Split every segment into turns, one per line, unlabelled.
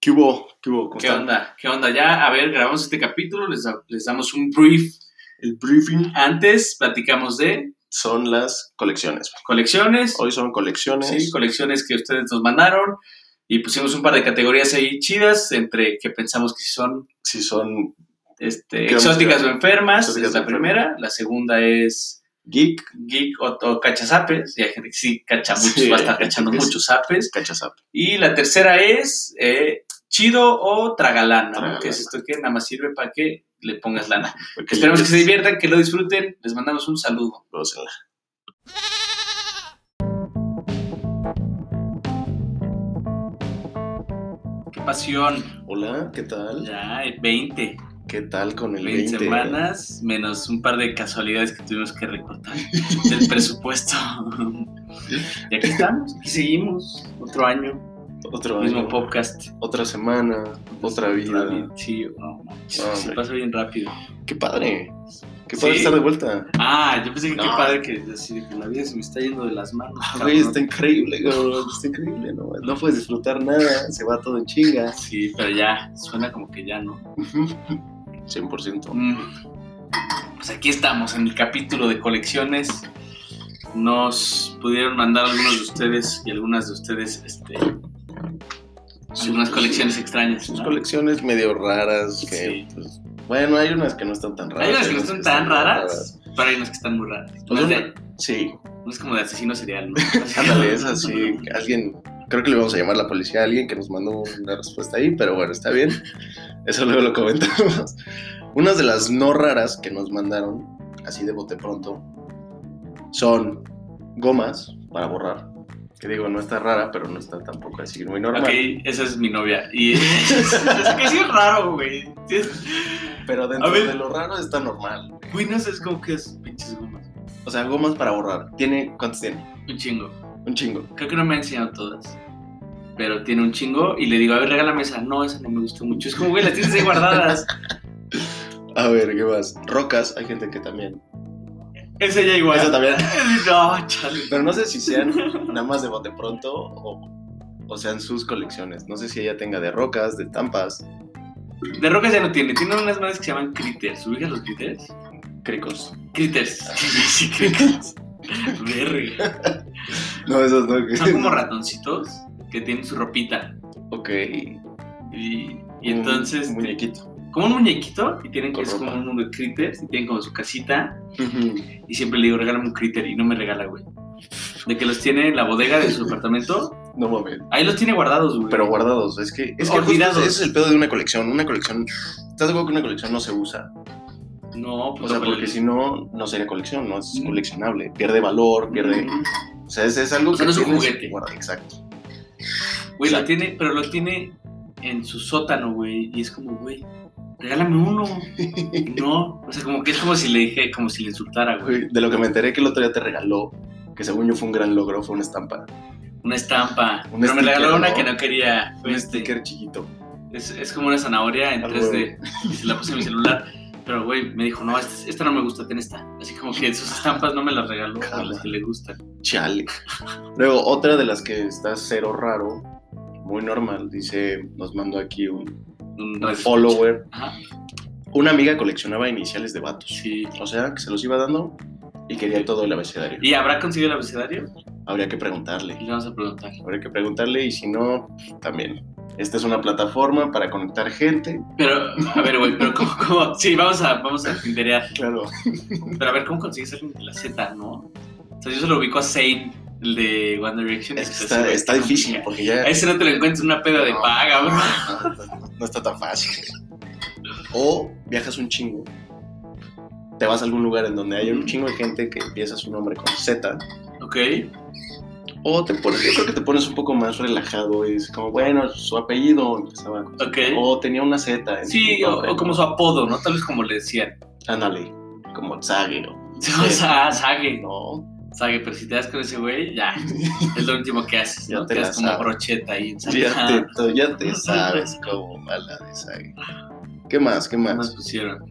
¿Qué hubo? ¿Qué hubo? ¿Cómo
¿Qué
están?
onda? ¿Qué onda? Ya, a ver, grabamos este capítulo, les, da- les damos un brief.
El briefing
Antes platicamos de
son las colecciones.
colecciones,
Hoy son colecciones.
sí, colecciones que ustedes nos mandaron y pusimos un par de categorías ahí chidas entre que pensamos que son
Si son
este,
Queremos
exóticas o
que-
enfermas,
exóticas
es la
o
primera, la segunda es
geek,
geek o, o cachazapes, y hay gente que sí cacha muchos,
Sí,
va a estar
hay gente
cachando
que sí.
muchos zapes,
cachazap.
y la tercera es eh, chido o tragalana, ¿no?
Tragalana.
que es esto que nada más sirve para que le pongas lana.
Porque
Esperemos que
les-
se diviertan, que lo disfruten. Les mandamos un saludo.
los en la-
¡Qué pasión!
Hola, ¿qué tal?
Ya, eh, 20.
¿Qué tal con el
20,
20?
semanas, menos un par de casualidades que tuvimos que recortar del presupuesto. y aquí estamos, aquí seguimos. Otro año,
Otro
mismo
año,
podcast.
otra semana, otra vida.
Sí, no, no, se
hombre.
pasa bien rápido.
Qué padre. Qué padre
Sí.
estar de vuelta.
Ah, yo pensé que qué
No.
padre que, así de que la vida se me está yendo de las manos.
Güey,
cabrón.
está increíble, cabrón, Está increíble, ¿no? No puedes disfrutar nada, se va todo en chinga.
Sí, pero ya, suena como que ya no.
100%.
Mm. Pues aquí estamos en el capítulo de colecciones. Nos pudieron mandar algunos de ustedes y algunas de ustedes este, algunas colecciones extrañas.
Sus
¿no?
colecciones medio raras. Que,
Sí.
pues, bueno, hay unas que no están tan raras.
Hay unas que no
otras
están
están
tan raras, pero hay unas que están muy raras.
Pues
Unas
una-
de-
Sí,
unas como de asesino serial, ¿no?
ándale, es así. Alguien, creo que le vamos a llamar a la policía a alguien que nos mandó una respuesta ahí, pero bueno, está bien. Eso luego lo comentamos. Unas de las no raras que nos mandaron, así de bote pronto, son gomas para borrar. Que digo, no está rara, pero no está tampoco así muy normal.
Ok, esa es mi novia. Y es que sí es raro, güey. Sí es-
Pero dentro
A ver.
de lo raro está normal. güey.
Güey, no sé, es como que es pinches gomas.
O sea, gomas para borrar. ¿Tiene, ¿Cuántos tiene?
Un chingo.
Un chingo.
Creo que no me ha enseñado todas. Pero tiene un chingo y le digo, a ver, regálame esa. No, esa no me gusta mucho. Es como, güey, las tienes ahí guardadas.
A ver, ¿qué más? Rocas, hay gente que también.
Esa ya igual.
Esa también.
No, chale.
Pero no sé si sean nada más de bote pronto o, o sean sus colecciones. No sé si ella tenga de rocas, de tampas,
De rocas ya no tiene. Tiene unas madres que se llaman critters. ¿Ubicas los critters?
cricos.
Critters. Sí, critters. Verga.
No, esas no. que-
Son como ratoncitos que tienen su ropita.
Ok.
Y, y entonces,
Un muñequito.
como un muñequito, y tienen que
Mm. Con
es como
ropa.
un mundo de critters, y tienen como su casita. Y siempre le digo, regálame un critter, y no me regala, güey. De que los tiene en la bodega de su departamento.
No mames.
Ahí los tiene guardados, güey.
Pero guardados. Es que, es que justo
Olvidados.
ese es el pedo de una colección. Una colección. ¿Estás de acuerdo que una colección no se usa?
No, pues
O sea,
no,
porque
pero-
si no, no sería colección, no es
Mm.
coleccionable. Pierde valor, pierde. O sea, es, es algo
O sea, no es un
tienes que
juguete.
guardar, Exacto.
Güey, lo tiene, pero lo tiene en su sótano, güey. Y es como, güey, regálame uno. no, o sea, como que es como si le dije, como si le insultara, güey.
Güey, De lo que me enteré que el otro día te regaló, que según yo fue un gran logro, fue una estampa.
Una estampa.
Un
pero me
sticker,
regaló una
¿no?
que no quería.
Un
Este,
sticker chiquito.
es, es como una zanahoria en
Ah,
3D. Y se la puse en mi celular. Pero, güey, me dijo, no, esta, esta no me gusta, ten esta. Así como que
Ah,
sus estampas no me las regaló a las que le gustan.
Chale. Luego, otra de las que está cero raro, muy normal, dice, nos mandó aquí un,
Un
un
radio escucha.
follower.
Ajá.
Una amiga coleccionaba iniciales de vatos.
Sí.
O sea, que se los iba dando y quería todo el abecedario.
¿Y habrá conseguido el abecedario?
Habría que preguntarle.
Le vamos a preguntar.
Habría que preguntarle y si no, pues, también. Esta es una plataforma para conectar gente.
Pero, a ver, güey, pero ¿cómo, cómo? Sí, vamos a, vamos a tinderear.
Claro.
Pero a ver, ¿cómo consigues alguien de la Z, no? O sea, yo solo ubico a Zayn, el de One Direction.
Es que
Entonces,
está,
güey,
está
qué
difícil
complica.
porque ya...
A ese no te lo encuentras en una peda de
No.
paga, bro.
No, no, no está tan fácil. O viajas un chingo, te vas a algún lugar en donde hay un chingo de gente que empieza su nombre con Z,
Ok.
o te pones, yo creo que te pones un poco más relajado, es como, bueno, su apellido empezaba con-
Ok.
o tenía una Z. en
Sí,
su
o,
nombre.
o como su apodo, ¿no? Tal vez como le decían.
Ándale, como Tsage, o
O sea, ah, Sage.
no,
Sage, pero si te das con ese güey, ya. Es lo último que haces,
Ya
¿no?
te
Te
la
das como
sabes.
brocheta ahí. en
ya
Saga.
te, ya te sabes cómo va la de Tsage. ¿Qué más? ¿Qué
¿Qué más
más?
pusieron?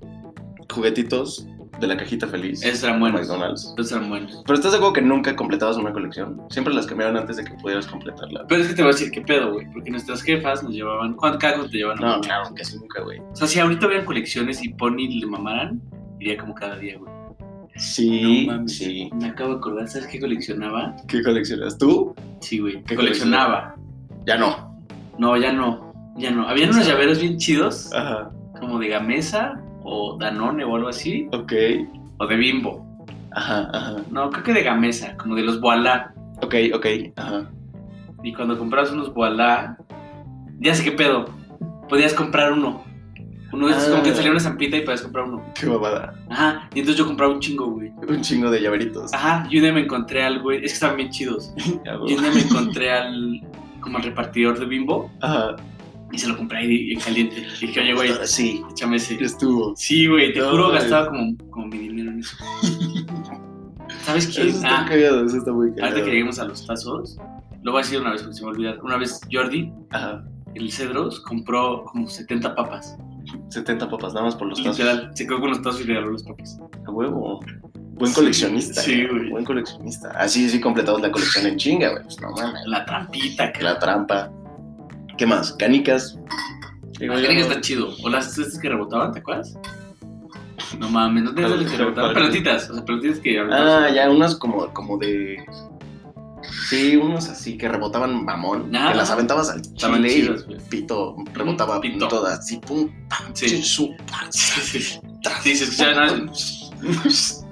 Juguetitos de la cajita feliz.
Esos eran
de
buenos.
McDonald's.
Esos eran buenos.
Pero estás de acuerdo que nunca completabas una colección. Siempre las cambiaban antes de que pudieras completarla.
Pero es que te voy a decir qué pedo, güey. Porque nuestras jefas nos llevaban. ¿Cuánto cago te llevaban?
No, claro, casi nunca, güey.
O sea, si ahorita hubieran colecciones y Pony le mamaran, iría como cada día, güey.
Sí,
No mames.
sí.
Me acabo de acordar, ¿sabes qué coleccionaba?
¿Qué coleccionas tú?
Sí, güey.
¿Qué
coleccionaba?
Ya no.
No, ya no. Ya no. Habían unos llaveros bien chidos,
Ajá.
como de Gamesa o Danone o algo así,
Ok.
o de Bimbo.
Ajá, ajá.
No, creo que de Gamesa, como de los Boalá.
Ok, ok. Ajá.
Y cuando comprabas unos Boalá, ya sé qué pedo, podías comprar uno. Uno de esos,
Ah.
como que salía una zampita y podías comprar uno.
Qué babada.
Ajá, y entonces yo compraba un chingo, güey.
Un chingo de llaveritos.
Ajá, y un día me encontré al güey, es que estaban bien chidos.
Ah, Ya,
Y
güey.
un día me encontré al, como al repartidor de Bimbo
Ajá.
y se lo compré ahí en caliente. Y dije, oye, güey,
Sí,
échame ese.
estuvo.
Sí, güey, te
No,
juro,
güey.
gastaba como, como mi dinero en eso. ¿Sabes qué?
Eso está
Ah,
cagado, eso está muy cagado.
Ahorita que lleguemos a los tazos, lo voy a decir una vez porque se me olvidó. Una vez Jordi,
Ajá.
el Cedros, compró como 70 papas.
70 papas nada más por los tazos.
Literal, se quedó con los tazos y regaló los papas.
A huevo. Buen
Sí,
coleccionista.
sí,
eh,
güey.
Buen coleccionista. Así sí completamos la colección en chinga, güey. Pues no mames.
La trampita, que
La trampa. ¿Qué más? Canicas. Digo,
Las
yo
Ah, canicas
no-
están chido. O las estas que rebotaban, ¿te acuerdas? No mames, no tenías
¿Cuál-
las que rebotaban.
cuál?
Pelotitas, o sea, pelotitas que
Ah,
rebotaban.
ya, unas como, como de. Sí, unos así que rebotaban mamón.
Ah.
que las aventabas al
Estaban
chile y
chidas, güey.
pito rebotaba
Pito.
todas. Así, pum, pam,
Sí.
chin, su,
Sí, sí, sí. Sí, se escuchaba nada más.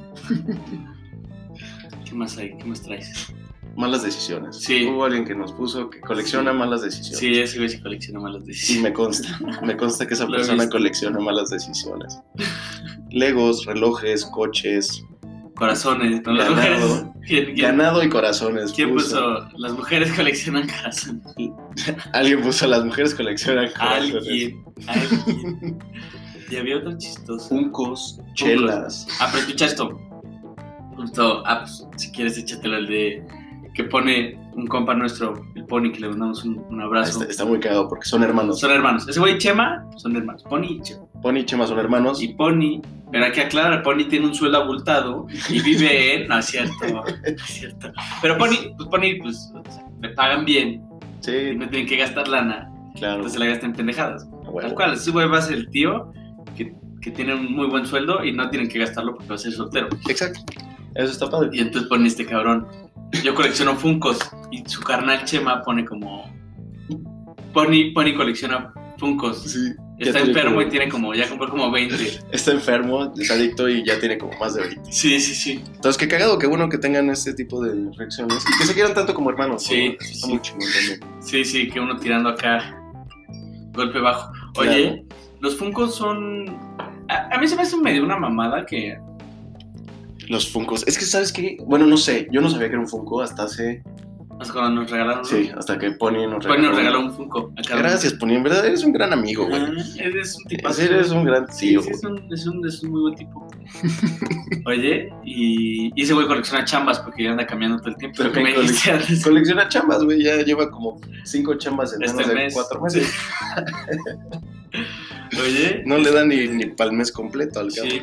¿Qué más hay? ¿Qué más traes?
Malas decisiones.
Sí.
Hubo alguien que nos puso que colecciona
Sí.
malas decisiones.
Sí, ese güey se colecciona malas
Sí,
decisiones.
me consta. Me consta que esa
Lo he
persona
visto.
colecciona malas decisiones. Legos, relojes, coches,
Corazones, con las
Ganado.
mujeres. ¿Quién- quién-
ganado y corazones.
¿Quién
puso.
puso? Las mujeres coleccionan corazones.
Alguien puso las mujeres coleccionan corazones.
Alguien, alguien. Y había otro chistoso.
Funcos, chelas.
Ah, pero escucha esto. Justo, ah, pues, si quieres, échatelo el de que pone un compa nuestro, el Pony, que le mandamos un, un abrazo.
Está, está muy cagado porque son hermanos.
Son hermanos. Ese güey y Chema son hermanos. Pony y Chema.
Pony y Chema son hermanos.
Y Pony, pero hay que aclarar, Pony tiene un sueldo abultado y vive en. No, es cierto. no es cierto. Pero Pony, pues Pony, pues o sea, le pagan bien y
Sí,
no tienen que gastar lana.
claro.
Entonces se la gastan en pendejadas.
a huevo.
Tal cual, ese güey va a ser el tío que, que tiene un muy buen sueldo y no tienen que gastarlo porque va a ser soltero.
Exacto. Eso está padre.
Y entonces pone este cabrón. Yo colecciono Funcos y su carnal Chema pone como. Pony, Pony colecciona Funcos.
Sí. ya
Está
tiene
enfermo
como-
y tiene como. Ya compró como 20.
Está enfermo, es adicto y ya tiene como más de 20.
Sí, sí, sí.
Entonces, qué cagado, qué bueno que tengan este tipo de reacciones y que se quieran tanto como hermanos.
Sí,
¿no? Eso está
sí.
muy chingón también.
Sí, sí, que uno tirando acá. Golpe bajo. Oye, los Funcos son. A, a mí se me hace medio una mamada que.
Los Funcos. Es que, ¿sabes qué? Bueno, no sé. Yo no sabía que era un Funko hasta hace.
O sea, pues, cuando nos regalaron.
Sí, hasta que Pony nos regaló.
Ah. Pony nos regaló un Funko. a cada uno.
Gracias, Pony. En verdad, eres un gran amigo, güey.
Ah, eres un tipo
Así eres un gran
Sí,
tío.
sí, es, un, es, un, es un muy buen tipo. Oye, y, y ese güey colecciona chambas porque ya anda cambiando todo el tiempo.
Pero
Lo que
que
me dijiste antes.
Colecciona chambas, güey. Ya lleva como cinco chambas en
Este
menos de
mes.
cuatro meses.
Oye, este,
No le da ni, ni pa'l mes completo al cabo.
sí.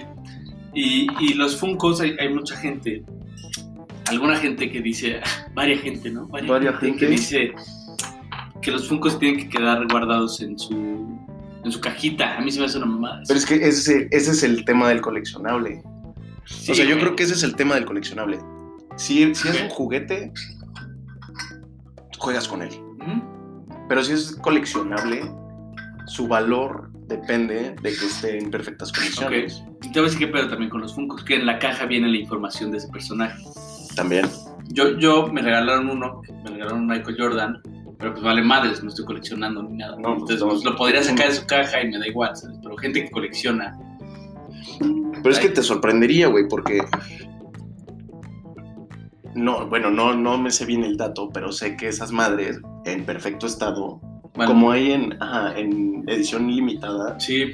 Y, y los Funcos, hay, hay mucha gente. Alguna gente que dice, varia gente, ¿no? Varia,
Varia gente.
que dice que los Funcos tienen que quedar guardados en su, en su cajita. A mí se me hace una mamada.
Pero es que ese, ese es el tema del coleccionable.
Sí,
o sea, yo
güey.
creo que ese es el tema del coleccionable. Si, si es
Ok.
un juguete, juegas con él.
Ujú.
Pero si es coleccionable, su valor depende de que esté en perfectas condiciones.
Y te voy a decir qué pedo también con los Funcos, que en la caja viene la información de ese personaje.
También.
Yo, yo me regalaron uno, me regalaron un Michael Jordan, pero pues vale madres, no estoy coleccionando ni nada.
No,
Entonces
pues, no.
pues, lo podría sacar de su caja y me da igual, ¿sabes? Pero gente que colecciona.
Pero es que te sorprendería, güey, porque... No, bueno, no, no me sé bien el dato, pero sé que esas madres en perfecto estado,
Bueno,
como hay en, ajá, en edición limitada,
Sí,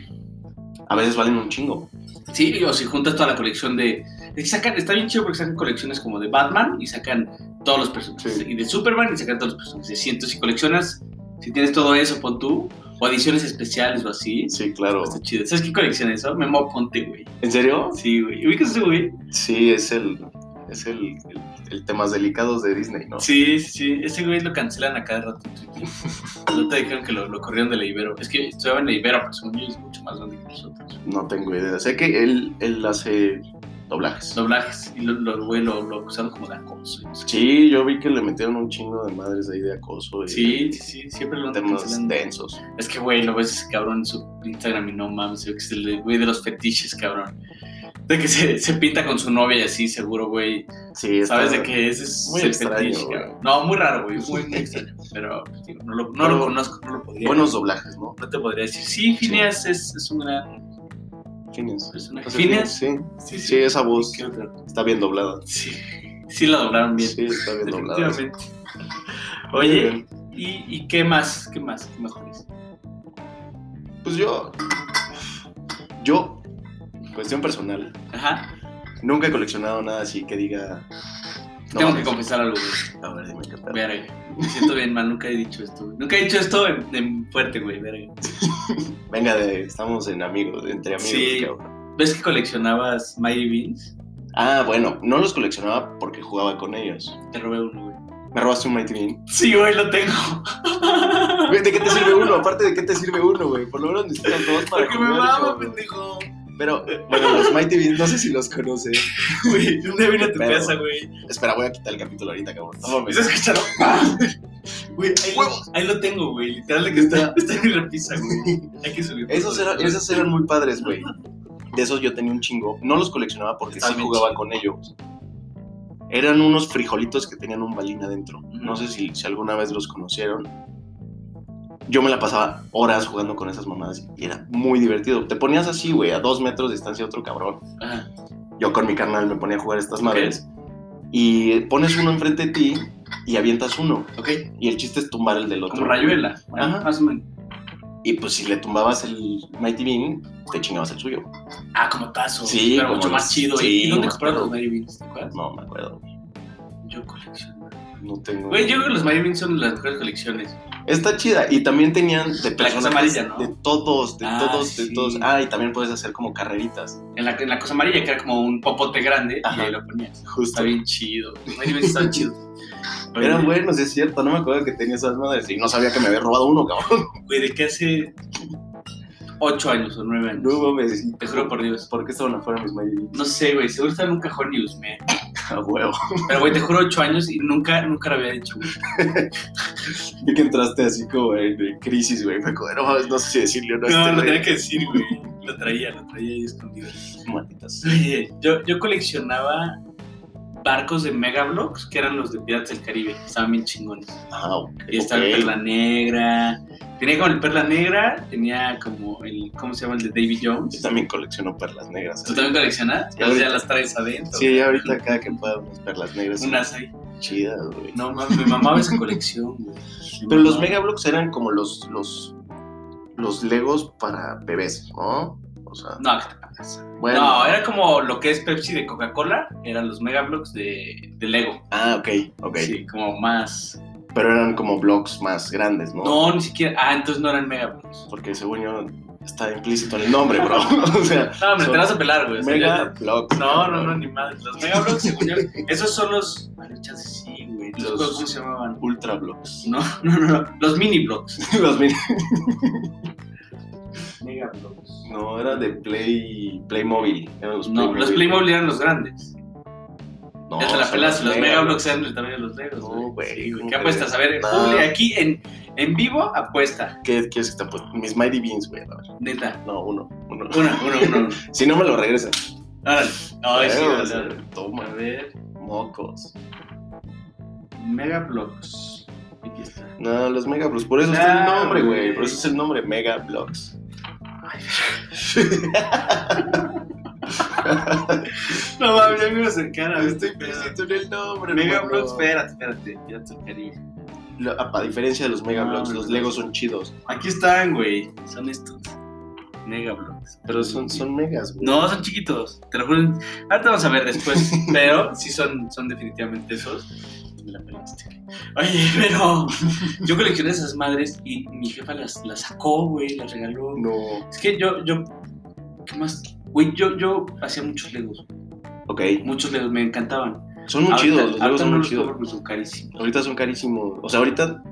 a veces valen un chingo.
sí, o si juntas toda la colección de... es que sacan- está bien chido porque sacan colecciones como de Batman y sacan todos los personajes.
Sí.
Y de Superman y sacan todos los personajes. Siento, si coleccionas, si tienes todo eso, pon tú, O ediciones especiales o así.
Sí, claro.
Está chido. ¿Sabes qué colección es eso? Memo Ponte, güey.
¿En serio?
Sí, güey. ¿Ubicas ese güey?
Sí, es el. Es el, el- el temas delicados de Disney, ¿no?
Sí, sí, sí. Ese güey lo cancelan a cada rato en Twitter. No te dijeron que lo, lo corrieron de la Ibero. Es que estudiaba en la Ibero, pero según yo es mucho más grande que nosotros.
No tengo idea. Sé que él, él hace doblajes.
Doblajes. Y lo, lo, güey, lo, lo acusaron como de acoso. y no sé qué.
Sí, yo vi que le metieron un chingo de madres ahí de acoso y
Sí, sí, sí. Siempre lo andan
temas
cancelando.
densos.
Es que, güey, lo ves ese cabrón en su Instagram y no mames, se ve que es el güey de los fetiches, cabrón. De que se, se pinta con su novia y así, seguro, güey.
Sí, está-
Sabes de que ese es
muy
el
extraño,
fetiche,
güey.
cabrón. No, muy raro, güey, muy, muy extraño. Pero digo, no, lo, no lo
Pero-
conozco, no lo podría.
Buenos doblajes, ¿no?
no te podría decir. Sí, Phineas Es, es un gran
Fines.
personaje. ¿Phineas?
Fines, sí. Sí, esa voz
¿Qué otro?
está bien doblada.
Sí, sí la doblaron bien.
Sí, está bien doblada.
definitivamente.
Muy
Oye,
bien.
¿y, ¿y qué más? ¿Qué más? ¿Qué más tienes?
Pues yo. Yo, cuestión personal,
Ajá.
nunca he coleccionado nada así que diga. no
Tengo que
mames.
confesar algo, güey.
A ver, dime qué pedo.
Verga, me siento bien mal, nunca he dicho esto. güey. Nunca he dicho esto en, en fuerte, güey, verga.
Venga, de, estamos en amigos, entre amigos.
Sí.
cabrón.
¿Ves que coleccionabas Mighty Beans?
Ah, bueno, no los coleccionaba porque jugaba con ellos.
Te robé uno, güey.
Me robaste un Mighty Bean.
Sí, güey, lo tengo.
Güey, ¿De qué te sirve uno? Aparte, ¿de qué te sirve uno, güey? Por lo menos necesitas dos para
Porque me
jugar,
mama,
cabrón.
pendejo.
Pero, bueno, los Mighty Beans, no sé si los conoces.
Güey, un día vine a tu
Pero-
casa, güey.
Espera, voy a quitar el capítulo ahorita, cabrón. No
¿Me
mames.
estás escuchando? Güey, ahí, lo-
Huevos.
ahí lo tengo, güey. Literal, de que está, está en mi repisa, güey. Hay que subir.
Esos eran, esos eran muy padres, güey. De esos yo tenía un chingo. No los coleccionaba porque
Están
sí
bien
jugaba
chidos.
con ellos. Eran unos frijolitos que tenían un balín adentro. No sé si, si alguna vez los conocieron. Yo me la pasaba horas jugando con esas mamadas y era muy divertido. Te ponías así, güey, a dos metros de distancia de otro cabrón.
Ajá.
Yo con mi carnal me ponía a jugar estas madres. Y pones uno enfrente de ti y avientas uno.
Ok.
Y el chiste es tumbar el del otro.
Como rayuela.
Ajá.
Más o menos.
Y pues si le tumbabas el Mighty Bean, te chingabas el suyo.
Ah, como tazo.
Sí,
pero mucho
como-
más chido.
sí,
¿Y dónde
más
compraron
perro.
los Mighty Beans? ¿Te acuerdas?
No me acuerdo.
Yo colecciono.
No tengo.
Güey, yo creo que los Mighty Beans son las mejores colecciones.
Está chida. Y también tenían de personajes
amarilla, ¿no?
de todos, de
Ah,
todos,
sí.
de todos. Ah, y también puedes hacer como carreritas.
En la, en la cosa amarilla, que era como un popote grande,
Ajá.
y ahí lo ponías. Está
Justo.
bien chido. Los Mighty Beans están chidos. Oye,
Eran buenos, es cierto. No me acuerdo que tenía esas madres. Y no sabía que me había robado uno, cabrón.
Güey, de que hace 8 años o 9 años.
No mames.
Te juro por Dios.
¿Por qué estaban afuera mis Mighty Beans?
No sé, güey, seguro está en un cajón y usme.
A huevo.
Pero, güey, te juro 8 años y nunca, nunca lo había dicho, güey.
Vi que entraste así como en en crisis, güey. Fue como, no mames, no sé si decirle o no. a
No,
este
lo
güey.
tenía que decir, güey. Lo traía, lo traía ahí escondido.
Malditas.
Oye, yo, yo coleccionaba barcos de Megablocks, que eran los de Piratas del Caribe, que estaban bien chingones.
Ah, ok.
Y estaba
ok.
el Perla Negra. Tenía como el Perla Negra, tenía como el, ¿cómo se llama? El de David
Yo
Jones.
también colecciono perlas negras.
¿Tú también coleccionas?
Sí,
Ya,
ahorita.
ya las traes adentro.
Sí, ahorita cada que pueda unas perlas negras.
Unas ahí.
chidas, güey.
No mames, me mamaba esa colección, güey. Me
Pero los
mamaba.
megablocks eran como los, los, los legos para bebés, ¿no? O sea,
No, ¿qué te pasa?
bueno.
No, era como lo que es Pepsi de Coca-Cola, eran los Megablocks de, de Lego.
Ah, ok, ok.
Sí, como más.
Pero eran como blocks más grandes, ¿no?
No, ni siquiera. Ah, entonces no eran Megablocks.
Porque según yo está implícito en el nombre, bro. o sea,
No, hombre,
Son
te vas a pelar, güey. o sea, ya-
megablocks.
No, no, no, ni madre. Los Megablocks, según yo, esos son los. Vale, chance sí, güey. Los,
Los-
¿Cómo se llamaban?
Ultra blocks.
No, no, no. Los mini blocks.
los mini-
Megablocks.
No, era de Play. Playmobil. Eran los
No, los Playmobil eran los grandes.
No,
ya te la
son
pelas, Oh, los Megablocks
megablocks.
eran del tamaño de los Legos.
No,
güey.
güey,
Sí, güey.
¿cómo
¿Qué apuestas? A ver, en
No.
público, aquí en, en vivo, apuesta.
¿Qué quieres que te apueste? Mis Mighty Beans, güey. a ver.
Neta.
No, uno, uno.
Uno, uno, uno. uno.
Si no me lo regresan.
Órale. Ay, sí,
Pero,
o
o sea,
sea, A
Toma,
ver,
mocos.
Megablocks. Aquí está.
No, los Megablocks. Por eso
Nah,
es el nombre,
güey.
güey. Por eso es el nombre Megablocks.
No mames, ya me iba a acercar a ver.
Estoy implícito en el nombre.
Megablocks,
hermano.
espérate, espérate. Piratas del Caribe.
Lo- A a diferencia de los Megablocks,
No,
los
no.
Legos son chidos.
Aquí están, güey. Son estos. Megablocks.
Pero son, son megas, güey.
No, son chiquitos. Te lo juro. Ahorita vamos a ver después. pero sí son, son definitivamente esos. la pelaste. Oye, pero yo coleccioné esas madres y mi jefa las, las sacó, güey, las regaló.
No.
Es que yo, yo, ¿qué más? Güey, yo, yo hacía muchos legos,
Ok.
muchos legos, me encantaban.
Son muy
Ahorita-
chidos, los
ahorita
Legos son
no
muy
los
chidos.
compro porque son carísimos.
Ahorita son carísimos. O sea, ahorita.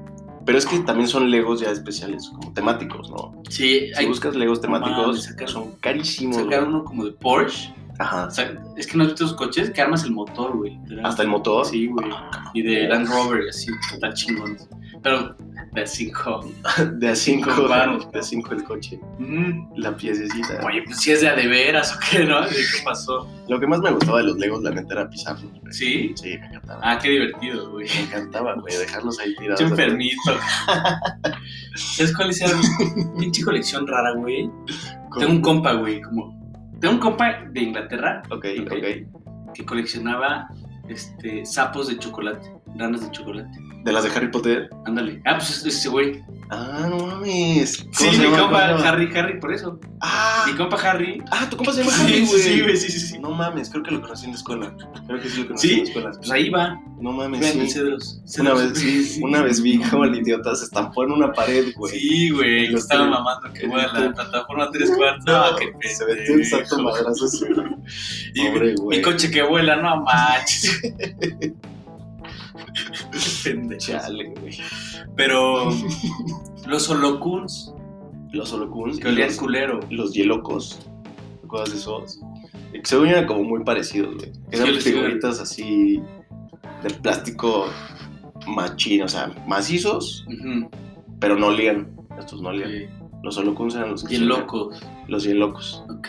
Pero es que también son Legos ya especiales, como temáticos, ¿no?
Sí,
Si
hay
buscas Legos
mames,
temáticos,
sacaron-
son carísimos.
sacar
güey.
uno como de Porsche.
Ajá.
O sea, es que no has visto esos coches que armas el motor, güey. literal.
Hasta el motor. Ah,
Sí, güey. Y de Land Rover y así, tan chingones. Pero de 5.
De a cinco,
Cinco varos.
de a cinco el coche. La piececita.
Mm. Oye, pues si es de a de veras o qué, ¿no? ¿De ¿Qué pasó?
Lo que más me gustaba de los Legos, la neta, era pisarlos. güey.
¿Sí?
Sí, me encantaba.
Ah, qué divertido, güey.
Me encantaba, güey, dejarlos ahí tirados.
Qué enfermito. ¿Sabes cuál es mi pinche colección rara, güey?
Con-
Tengo un compa, güey, como... Tengo un compa de Inglaterra
Ok,
Ok.
ok.
que coleccionaba este, sapos de chocolate, ranas de chocolate.
¿De las de Harry Potter?
Ándale. Ah, pues es- es ese güey.
Ah, no mames. ¿Cómo
Sí,
se
mi
llama?
compa
¿Cómo se llama?
Harry, Harry, por eso.
Ah,
Mi compa Harry.
ah, tu compa se llama Harry,
Sí,
güey.
sí, güey, sí, sí, sí.
No mames, creo que lo conocí en la escuela. Creo que sí lo conocí
¿Sí?
en la escuela.
Pues ahí va.
No mames,
Vean
sí.
Cedros.
Una
Cedros.
vez, sí, una vez vi cómo el idiota se estampó en una pared, güey.
Sí, güey, que
Los
estaba
tres.
mamando que güey,
Tres.
la plataforma tres cuartos. No, qué
se metió un
pendejo.
santo madrazo ese
Y
Pobre
mi,
güey.
coche que vuela, no manches. Qué pendejos.
Chale, güey.
Pero los holocuns
Los holocuns.
que
y
olían
los-
culero.
los hielocos, cosas de esos. que Según yo eran como muy parecidos, güey.
Sí,
Eran
los
figuritas así de plástico machín, o sea, macizos,
Ujú,
pero no olían. Estos no olían.
ok.
Los holocuns eran los que
Y
se
el
olían.
loco,
Los hielocos.
ok.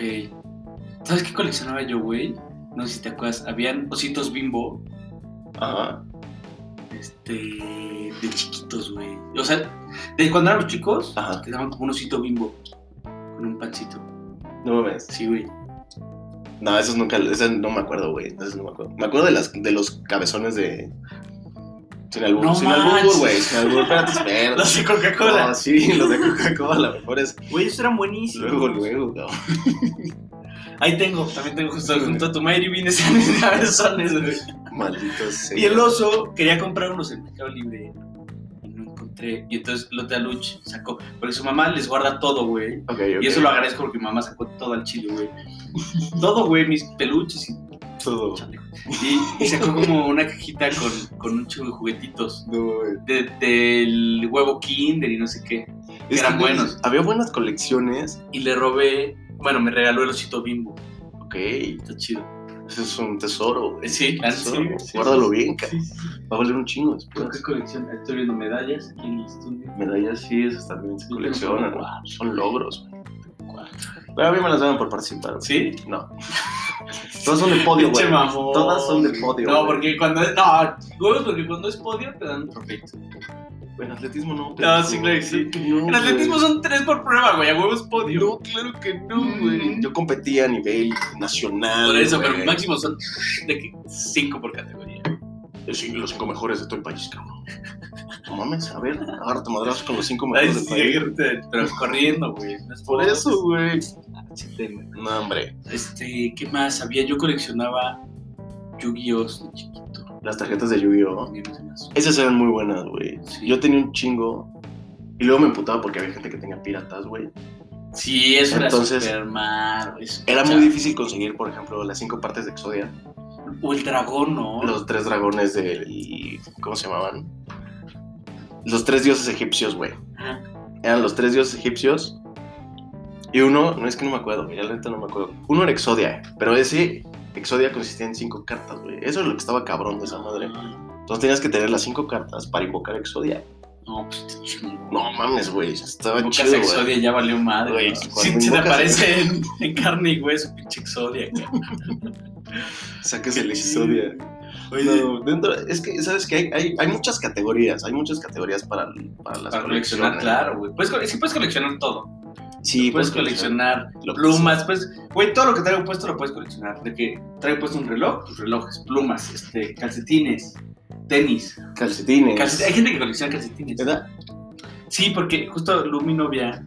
¿Sabes qué coleccionaba yo, güey? No sé si te acuerdas, habían ositos bimbo.
Ajá.
Este. De chiquitos, güey. O sea, de cuando éramos chicos,
Ajá.
te daban como un osito bimbo. Con un pancito.
No mames.
Sí, güey.
No, esos nunca, esos no me acuerdo, güey. Esos no me acuerdo. Me acuerdo de, las, de los cabezones de. Sin albur,
No
sin
manches.
albur, güey. Sin albur, espérate, espérate.
Los de Coca-Cola.
No, sí, los de Coca-Cola, mejores.
Güey, esos eran buenísimos.
Luego, luego, cabrón.
Ahí tengo, también tengo justo junto a tu Mayri vienes a mis cabezones, güey.
Malditos. sea.
Y el oso quería comprar unos en Mercado Libre. Y no encontré. Y entonces Lote Aluch sacó. Porque su mamá les guarda todo, güey.
Ok, ok.
Y eso lo agradezco porque mi mamá sacó todo al chile, güey. Todo, güey, mis peluches y
Todo.
Y, y sacó como una cajita con, con un chingo de juguetitos.
No, güey.
De- del huevo Kinder y no sé qué.
Es
Eran
que
buenos.
Había buenas colecciones.
Y le robé. Bueno, me regaló el osito bimbo.
Ok, ese
Está chido.
es un tesoro, güey.
Sí, ah, sí,
tesoro.
sí,
Guárdalo
sí,
bien, cara.
Sí, sí.
Va a valer un chingo
¿Con qué
después.
colección? Ahí Estoy viendo medallas aquí en el estudio.
Medallas sí, esas también se
Sí,
coleccionan.
tengo
Son logros. güey. Pero a mí me las daban por participar. güey.
¿Sí?
No. Todas son de podio, güey.
Pinche mamón.
Todas son de podio.
No,
güey.
porque cuando es. No, güey, porque cuando es podio te dan un trofeo.
En atletismo no.
No, sí, claro que sí. En atletismo son tres por prueba, güey. A huevo es podio. Mm.
No, claro que no, güey. Yo competía a nivel nacional.
Por eso, pero
güey.
máximo son de que cinco por categoría.
Sí, los cinco mejores de todo el país, cabrón. No mames, a ver, agárrate madrazos con los cinco
Ay,
mejores del
sí,
país.
gente, pero corriendo, güey. no es
Por eso, güey.
Sí, tengo.
No, hombre.
Este, ¿qué más había? Yo coleccionaba Yu-Gi-Oh! de chiquito.
Las tarjetas de Yu-Gi-Oh!
También se me hace.
Esas eran muy buenas, güey.
Sí.
Yo tenía un chingo. Y luego me emputaba porque había gente que tenía piratas, güey.
Sí, eso
Entonces,
era Superman. eso,
Era
o sea,
muy difícil conseguir, por ejemplo, las cinco partes de Exodia.
O el dragón, ¿no?
Los tres dragones del. ¿Cómo se llamaban? Los tres dioses egipcios, güey.
Ajá.
Eran los tres dioses egipcios. Y uno, no es que no me acuerdo, güey, la neta no me acuerdo. Uno era Exodia, pero ese Exodia consistía en cinco cartas, güey. Eso es lo que estaba cabrón de esa madre.
No,
Entonces tenías que tener las cinco cartas para invocar Exodia.
pues está chingón.
No mames, güey. Estaba
Invocas
chido, güey.
Exodia ya valió madre.
Güey,
¿no?
cuando
Si, si te
invocas-
aparece en, en carne y hueso, pinche Exodia. cabrón.
Saques el
Qué
Exodia.
chido.
No, dentro, es que, ¿sabes que hay, hay, hay muchas categorías. Hay muchas categorías para, para las
Para coleccionar,
colecciones.
claro, güey. Puedes, cole- sí, puedes coleccionar todo.
Sí,
puedes coleccionar
lo que
plumas, pues, güey, todo lo que traigo puesto lo puedes coleccionar. De que traigo puesto un reloj, pues relojes, plumas, este, calcetines, tenis.
Calcetines.
Calcet- Hay gente que colecciona calcetines.
¿Verdad?
Sí, porque justo Lu, mi novia.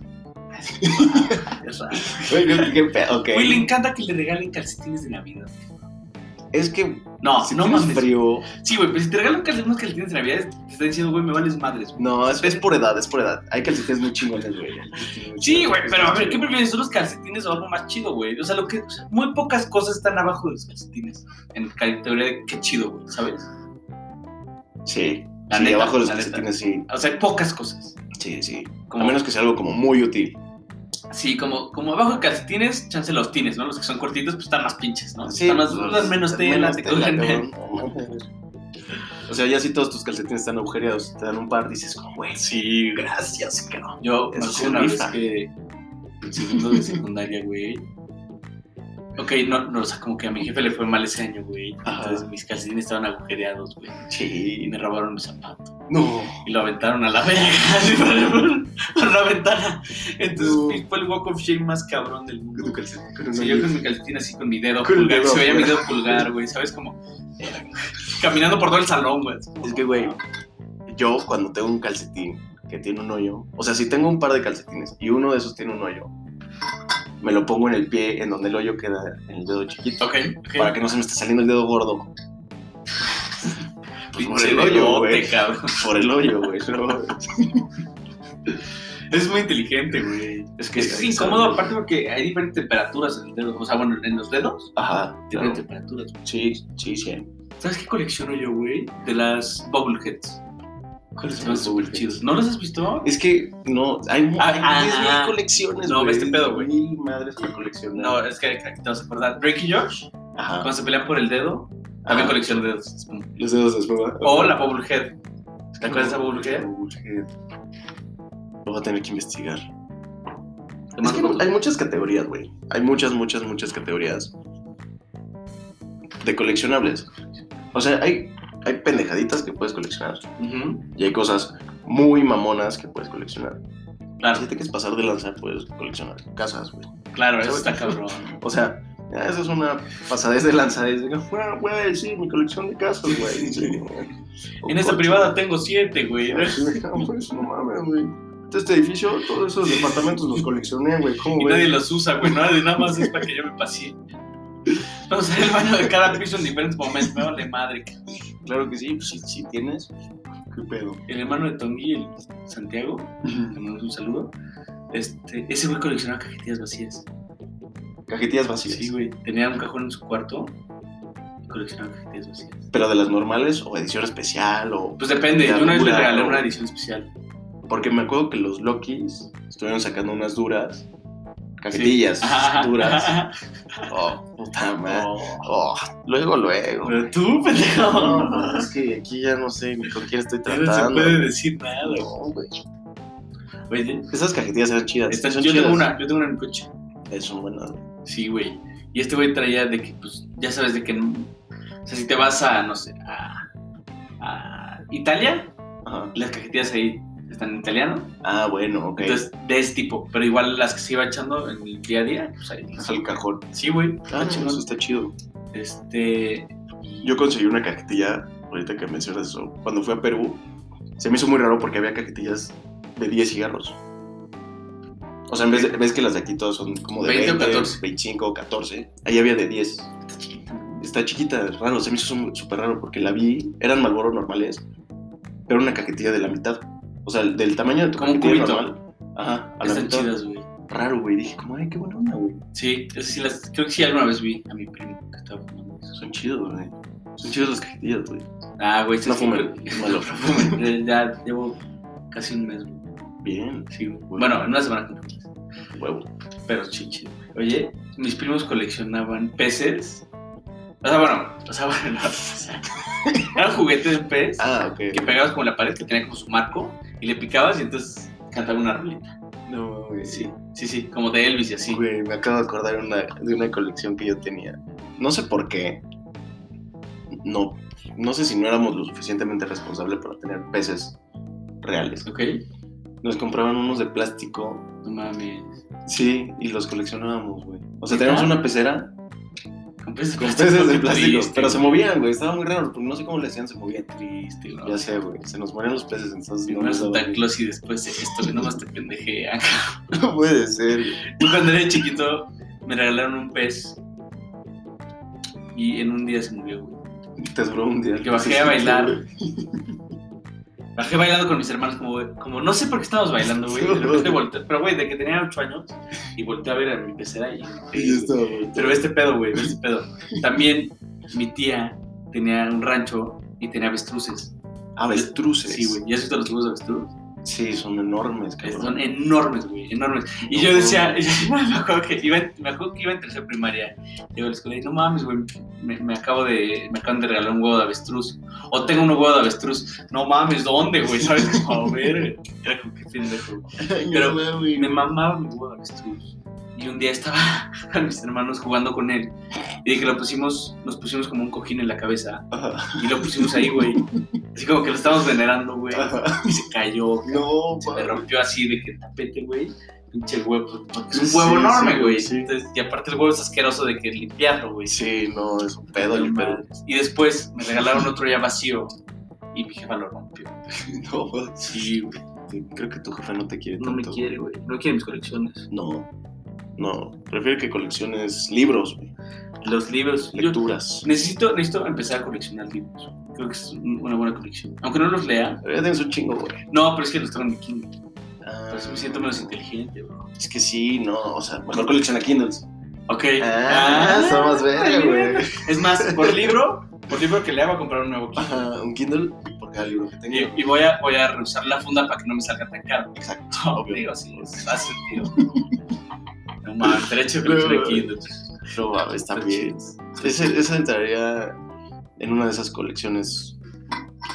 es raro. Ah,
Güey, qué- qué pedo, ok.
Güey, le encanta que le regalen calcetines de Navidad.
Es que
No,
si
Ah, no
tienes
mames.
frío.
Sí, güey, pero si te regalan cal- unos calcetines de Navidad, te están diciendo, güey, me vales madres, güey.
No, es, es por edad, es por edad. Hay calcetines muy chingones, güey.
Sí, güey, pero a ver, ¿qué prefieres? ¿Unos calcetines o algo más chido, güey? O sea, lo que, o sea, muy pocas cosas están abajo de los calcetines. En categoría de qué chido, güey, ¿sabes?
Sí.
La
sí,
neta,
abajo de los
la neta.
calcetines, sí.
O sea, hay pocas cosas.
Sí, sí. A
Como,
menos que sea algo como muy útil.
Sí, como, como abajo de calcetines, chance los tines, ¿no? Los que son cortitos, pues están más pinches, ¿no?
Sí,
Están más,
pues,
duras, menos tela, te cogen menos.
cabrón. O sea, ya si todos tus calcetines están agujereados, te dan un par, dices, como, güey, sí, gracias, cabrón.
Yo
Es
me acuerdo
un
una vez
rifa.
que en segundo de secundaria, güey. Ok, no, no, o sea, como que a mi jefe le fue mal ese año, güey.
Ajá.
Entonces mis calcetines estaban agujereados, güey. Y
Sí.
me robaron mi zapato.
No.
Y lo aventaron a la verga, así, por, por la ventana. Entonces
No.
fue el walk of shame más cabrón del mundo.
Con tu calcetín. con
O
un
sea, yo con mi calcetín así con mi dedo
Con el
pulgar,
dedo
se veía mi
pulgar.
dedo pulgar, güey, ¿sabes? Como eh, caminando por todo el salón, güey.
Es que, güey, yo cuando tengo un calcetín que tiene un hoyo, o sea, si tengo un par de calcetines y uno de esos tiene un hoyo, me lo pongo en el pie en donde el hoyo queda en el dedo chiquito.
Ok, ok.
Para que no se me esté saliendo el dedo gordo. Pues por
Pinche
el hoyo,
dedote,
güey.
cabrón.
Por el hoyo, güey. no.
Es muy inteligente, güey.
Es que
Es, es incómodo, aparte porque hay diferentes temperaturas en el dedo. O sea, bueno, en los dedos,
Ajá,
diferentes
claro.
temperaturas.
Sí, sí, sí.
¿Sabes qué colecciono yo, güey? De las Bubbleheads.
¿Cuáles
Se me hacen súper chidos. ¿No las has visto?
Es que no, hay mu-
Ah,
hay
ah,
10.000
ah.
colecciones,
No,
güey.
este pedo, güey.
Mil madres para coleccionar.
No, es que aquí te vas a acordar. Drake y Josh,
Ajá.
cuando se pelean por el dedo, también
Ajá.
colecciono dedos. Es como-
Los dedos de espuma.
O la Bubblehead. ¿Te acuerdas de esa Bubblehead?
Lo voy a tener que investigar.
Te
Es
mando
que
fotos.
hay muchas categorías, güey. Hay muchas, muchas, muchas categorías de coleccionables. O sea, hay, hay pendejaditas que puedes coleccionar
eh. Ujú,
y hay cosas muy mamonas que puedes coleccionar. Ah,
Claro.
Si te quieres pasar de lanza, puedes coleccionar casas, güey.
Claro, eso está cabrón.
O sea, ya eso es una pasadez de lanza. Es de que, "Ah, güey, sí, mi colección de casas, güey. Sí, güey. O
En esta
coches.
privada tengo siete, güey. ¿no?
No, pues, no mames, güey. Entonces, Este edificio, todos esos departamentos los coleccioné, güey.
Y
¿Cómo
nadie
ves?
los usa, güey. Nada, nada más es para que yo me pasee. Vamos a ir al baño de cada piso en diferentes momentos. Me vale madre. cabrón.
Claro que sí, pues si, si tienes, qué pedo.
El hermano de Tongi, el Santiago, le mandamos un saludo. Este, ese güey coleccionaba cajetillas vacías.
Cajetillas vacías.
Sí, güey. Tenía un cajón en su cuarto y coleccionaba cajetillas vacías.
Pero de las normales o edición especial o...
Pues depende.
De
Yo una vez le
alguna,
regalé
¿no?
una edición especial.
Porque me acuerdo que los Lokis estuvieron sacando unas duras. Cajetillas
Ajá.
duras. Oh, puta madre.
Oh,
Oh, luego, luego.
Pero tú, pendejo.
No, pues, es que aquí ya no sé ni con quién estoy
Ya No se
tratando.
puede decir nada, güey.
No, güey.
Oye,
Esas cajetillas eran chidas.
esta-
son
yo tengo
chidas.
una, yo tengo una en el coche.
Eh, Son buenas, güey.
Sí, güey. Y este güey traía de que, pues, ya sabes de que. no- O sea, si te vas a, no sé, a. a Italia,
Ajá.
las cajetillas ahí están en italiano.
Ah, bueno, ok.
Entonces, de ese tipo. Pero igual las que se iba echando en el día a día, pues ahí.
es el cajón.
Sí, güey. está
Claro,
chingón.
eso está chido.
Este.
Ah, Yo conseguí una cajetilla, ahorita que mencionas eso, cuando fui a Perú, se me hizo muy raro porque había cajetillas de 10 cigarros. O sea, en vez de- ves que las de aquí todas son como de
20
20,
o 14.
25 o 14. Ahí había de 10. Está chiquita, es raro, se me hizo su- súper raro porque la vi, eran Marlboro normales, pero una cajetilla de la mitad. O sea, del tamaño de tu
Como un
cajetilla
cubito.
normal. Ajá, a la
Están
mitad.
chidas, güey.
Raro, güey. Dije, como, ay, qué buena onda, güey.
Sí, esas sí las. Creo que sí alguna vez vi a mi primo que estaba fumando eso.
Son chidos, güey. Son chidas las cajetillas, güey.
Ah, güey,
No
estas sí,
fumen,
güey.
malo.
Eh, Ya llevo casi un mes, güey.
Bien,
Sí, güey. Bueno, en una semana cumplí.
huevo.
Pero chichi. Oye, mis primos coleccionaban peces. O sea, bueno, o sea, bueno, no, o sea, eran juguetes de pez
Ah, ok.
que pegabas con la pared que tenía como su marco y le picabas y entonces cantaba una rolita.
No, güey.
Sí, sí, sí, como de Elvis y así.
Güey, me acabo de acordar una- de una colección que yo tenía. No sé por qué. No, no sé si no éramos lo suficientemente responsables para tener peces reales.
¿Ok?
Nos compraban unos de plástico.
No mames.
Sí, y los coleccionábamos, güey. O sea,
¿Neta?
teníamos una pecera
Con peces de
con
plástico.
peces de
qué
plástico.
triste,
Pero se
güey.
movían, güey. Estaba muy raro, porque no sé cómo le hacían, se movían.
Triste, bro.
Ya sé, güey. Se nos morían los peces, entonces no
Primero
nos
Santa
daban.
Claus y después esto que nomás te pendejea.
No puede ser. güey.
Yo cuando era chiquito me regalaron un pez Y en un día se murió, güey.
Te duró un día.
Que bajé a bailar. Bajé bailando con mis hermanos, como, como no sé por qué estábamos bailando, güey. De repente volteé, pero güey, de que tenía 8 años y volteé a ver a mi pecera y.
Y yo estaba, güey.
Pero este pedo, güey, este pedo. También mi tía tenía un rancho y tenía avestruces.
Avestruces.
Sí, güey. ¿Ya has visto los huevos de avestruz?
Sí, son enormes, cabrón.
Son enormes, güey, enormes. Y
No,
yo
no.
decía, me, acuerdo que iba, en- me acuerdo que iba en tercera primaria. Llego a la escuela y no mames, güey, me, me acabo de, me acaban de regalar un huevo de avestruz. O tengo un huevo de avestruz. No mames, ¿dónde, güey? ¿Sabes? A ver, era como que pendejo. Pero Y me mamaba mi huevo de avestruz. Y un día estaba con mis hermanos jugando con él. Y de que lo pusimos, nos pusimos como un cojín en la cabeza.
Ajá,
Y lo pusimos ahí, güey. Así como que lo estábamos venerando, güey.
ajá.
Y se cayó,
No,
se me
mames.
rompió así de que el tapete, güey. Pinche huevo. pues, porque Es un huevo
Sí, sí,
enorme, güey.
sí.
Entonces, Y aparte el huevo es asqueroso de que limpiarlo, güey.
Sí, no, es un pedo el pedo.
Y después me regalaron otro ya vacío. Y mi jefa lo rompió.
No, güey.
Sí, güey.
Sí, creo que tu jefe no te quiere
No me
tanto.
quiere, güey. No quiere mis colecciones.
No, no. Prefiero que colecciones libros, güey,
Los libros. Yo
lecturas.
necesito, necesito empezar a coleccionar libros. Creo que es un- una buena colección. Aunque no los lea.
Pero ya tienes Eh, un chingo, güey.
No, pero es que los tengo en mi Kindle. Entonces me siento
siento
menos inteligente, bro.
Es que sí, no, o sea, mejor colecciona Kindles. Ah,
Ok. ah,
está más verga, güey.
Es más, por libro, por libro que lea voy a comprar un nuevo Kindle.
Ajá, un Kindle por cada libro que tenga.
Y, y voy, a, voy a rehusar la funda para que no me salga tan caro.
Exacto.
No,
obvio.
digo, sí, es- hace sentido. No mames, derecho de
Luego,
colección de Kindle.
No, mames, está bien. Ese- Esa entraría en una de esas colecciones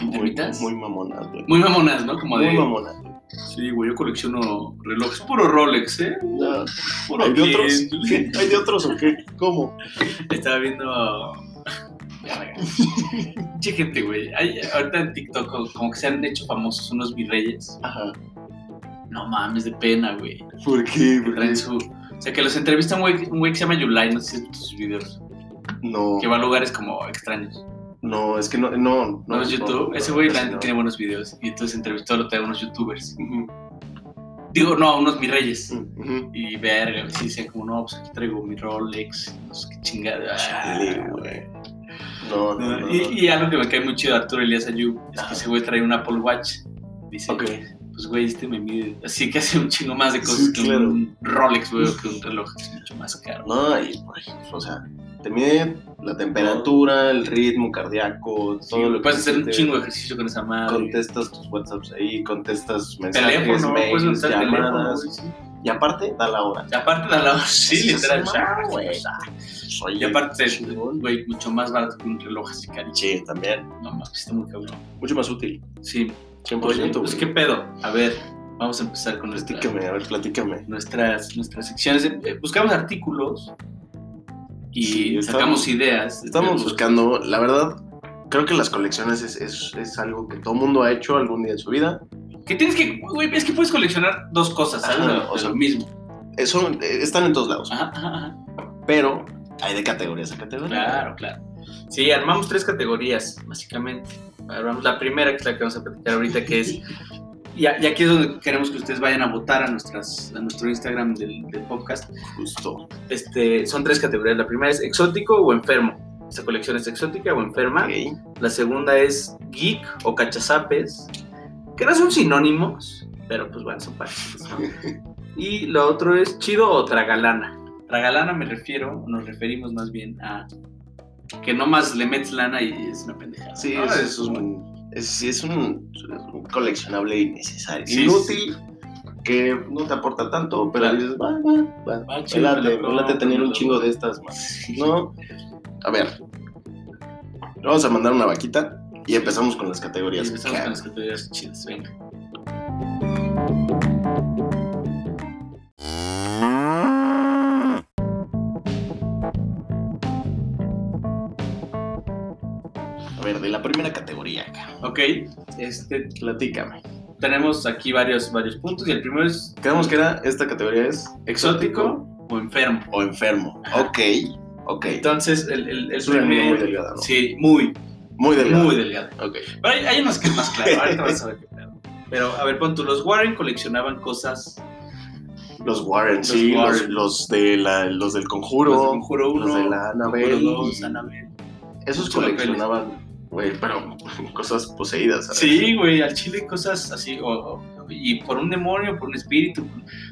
muy,
¿Intermitas?
muy mamonas, güey.
Muy mamonas, ¿no? Como de.
Muy mamonas, güey.
Sí, güey, yo colecciono relojes. Puro Rolex, ¿eh?
No,
Puro
¿Hay de otros?
Kindle.
¿Qué? ¿Hay de otros o qué? ¿Cómo?
Estaba viendo. Verga. Che, gente, güey. hay- Ahorita en TikTok, como- como que se han hecho famosos unos virreyes.
Ajá.
No mames, de pena, güey.
¿Por qué?
Que traen su. O sea, que los entrevista un güey, un güey que se llama Yulai, no sé si has visto sus videos.
No,
que va a lugares como extraños.
no, es que no, no, no.
No, es YouTube.
no,
Ese güey
no,
la neta
no.
tiene buenos videos. Y entonces entrevistó a a unos youtubers.
Ujú,
Digo, no, a unos mis reyes.
Mm. ujú.
Y verga, sí, decían como, no, pues aquí traigo mi Rolex, no sé qué chingada.
Chale, güey. No, Ah, no, no.
Y, y algo que me cae muy chido de Arturo Elías Ayub es que
Ajá.
ese güey trae un Apple Watch. Dice,
Ok.
pues güey, este me mide. Así que hace un chingo más de cosas
Sí,
que
claro.
un Rolex, güey, o que un reloj. Es mucho más caro.
No, y por ejemplo, o sea, te mide la temperatura, el ritmo cardíaco,
Sí,
todo lo que.
puedes hacer un
hiciste.
chingo de ejercicio con esa madre.
Contestas tus WhatsApps ahí, contestas mensajes,
teléfono, puedes
mails,
usar teléfono,
llamadas.
güey, sí.
y aparte, da la hora.
Y aparte de la sí,
Así es,
literal.
no,
ah,
güey.
o sea,
Oye,
Y aparte,
chingón.
güey, mucho más barato que un reloj así cariño.
Sí, también.
No mames, está muy cabrón.
Mucho más útil.
Sí.
100%.
Oye, pues
güey.
qué pedo. A ver, vamos a empezar con nuestra-
Pues, Platícame, a ver, platícame.
nuestras, nuestras secciones. Eh, Buscamos artículos y
Sí,
sacamos
estamos-
ideas.
Estamos buscando, la verdad, creo que las colecciones es, es- es algo que todo mundo ha hecho algún día de su vida.
Que tienes que, güey, es que puedes coleccionar dos cosas, ¿sabes?
Ajá,
De-
o
de
sea-
lo mismo.
Eh, son- eh, están en todos lados,
Ajá, ajá, ajá.
pero hay de categorías a categorías.
Claro, claro. Sí, armamos tres categorías, básicamente. Armamos la primera, que es la que vamos a platicar ahorita, que es. Y, a- y aquí es donde queremos que ustedes vayan a votar a, nuestras, a nuestro Instagram del, del podcast.
Justo.
Este, son tres categorías. La primera es exótico o enfermo. Esta colección es exótica o enferma.
Ok.
La segunda es geek o cachazapes, que no son sinónimos, pero pues bueno, son parecidos. ¿no? y lo otro es chido o tragalana. Tragalana me refiero, nos referimos más bien a que no más le metes lana y es una pendejada. Ah,
Sí,
¿no?
es, es un, es, sí, es un- es un coleccionable innecesario.
Sí,
Inútil, que no te aporta tanto, pero
Claro.
dices, va, va, va.
Va,
me late,
chido,
me late
no,
tener
no,
un
no.
chingo de estas más. No. A ver. Vamos a mandar una vaquita y empezamos con las
Y
categorías.
empezamos con las categorías chidas, venga.
A ver, de la primera categoría,
Ok, este,
platícame.
tenemos aquí varios, varios puntos y el primero es
Creemos que era, esta categoría es
exótico o enfermo.
o enfermo.
Ajá.
Ok, ok.
Entonces, el, el, el
Es una línea
primer-
muy delgada, ¿no?
Sí, muy,
Muy delgada.
muy delgado.
Ok.
Pero hay, hay unos que es más claro, ahorita vas a ver qué pedo. Pero, a ver, pon tú, los Warren coleccionaban cosas
Los Warren,
Los
sí, los,
Warren.
los de la, los del conjuro,
Los
los,
de Conjuro 1,
de la Annabelle.
Conjuro 2, Annabelle.
Esos
Mucho la
coleccionaban, güey, pero cosas poseídas, ¿sabes?
Sí, güey, al chile cosas así, o, o- y por un demonio, por un espíritu,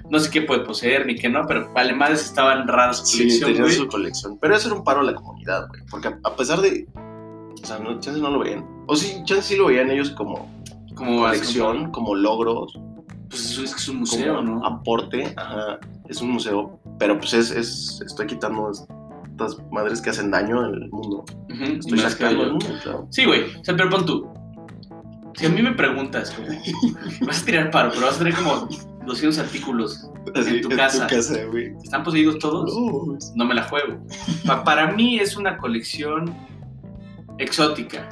no sé qué puede poseer ni qué no, pero vale madres estaban raras su
Sí,
colección,
tenían
güey.
su colección. Pero eso era un paro a la comunidad, güey. Porque a, a pesar de. O sea, no, chance no lo veían. O sí, chance sí lo veían ellos como
Como
colección,
así,
como logros,
Pues eso es que es
como
un
ah,
museo, ¿no?
aporte. Ajá, es un museo. Pero pues es, es- Estoy quitando estas madres que hacen daño al mundo.
Ujú,
Estoy
más que
sacando
yo.
al mundo, claro.
Sí, güey. O sea, pero pon tú. Si a mí me preguntas, güey, vas a tirar paro, pero vas a tener como 200 artículos.
Así,
tu
en
casa.
tu casa, güey.
¿Están poseídos todos?
Uy,
No me la juego. Pa- para mí es una colección exótica.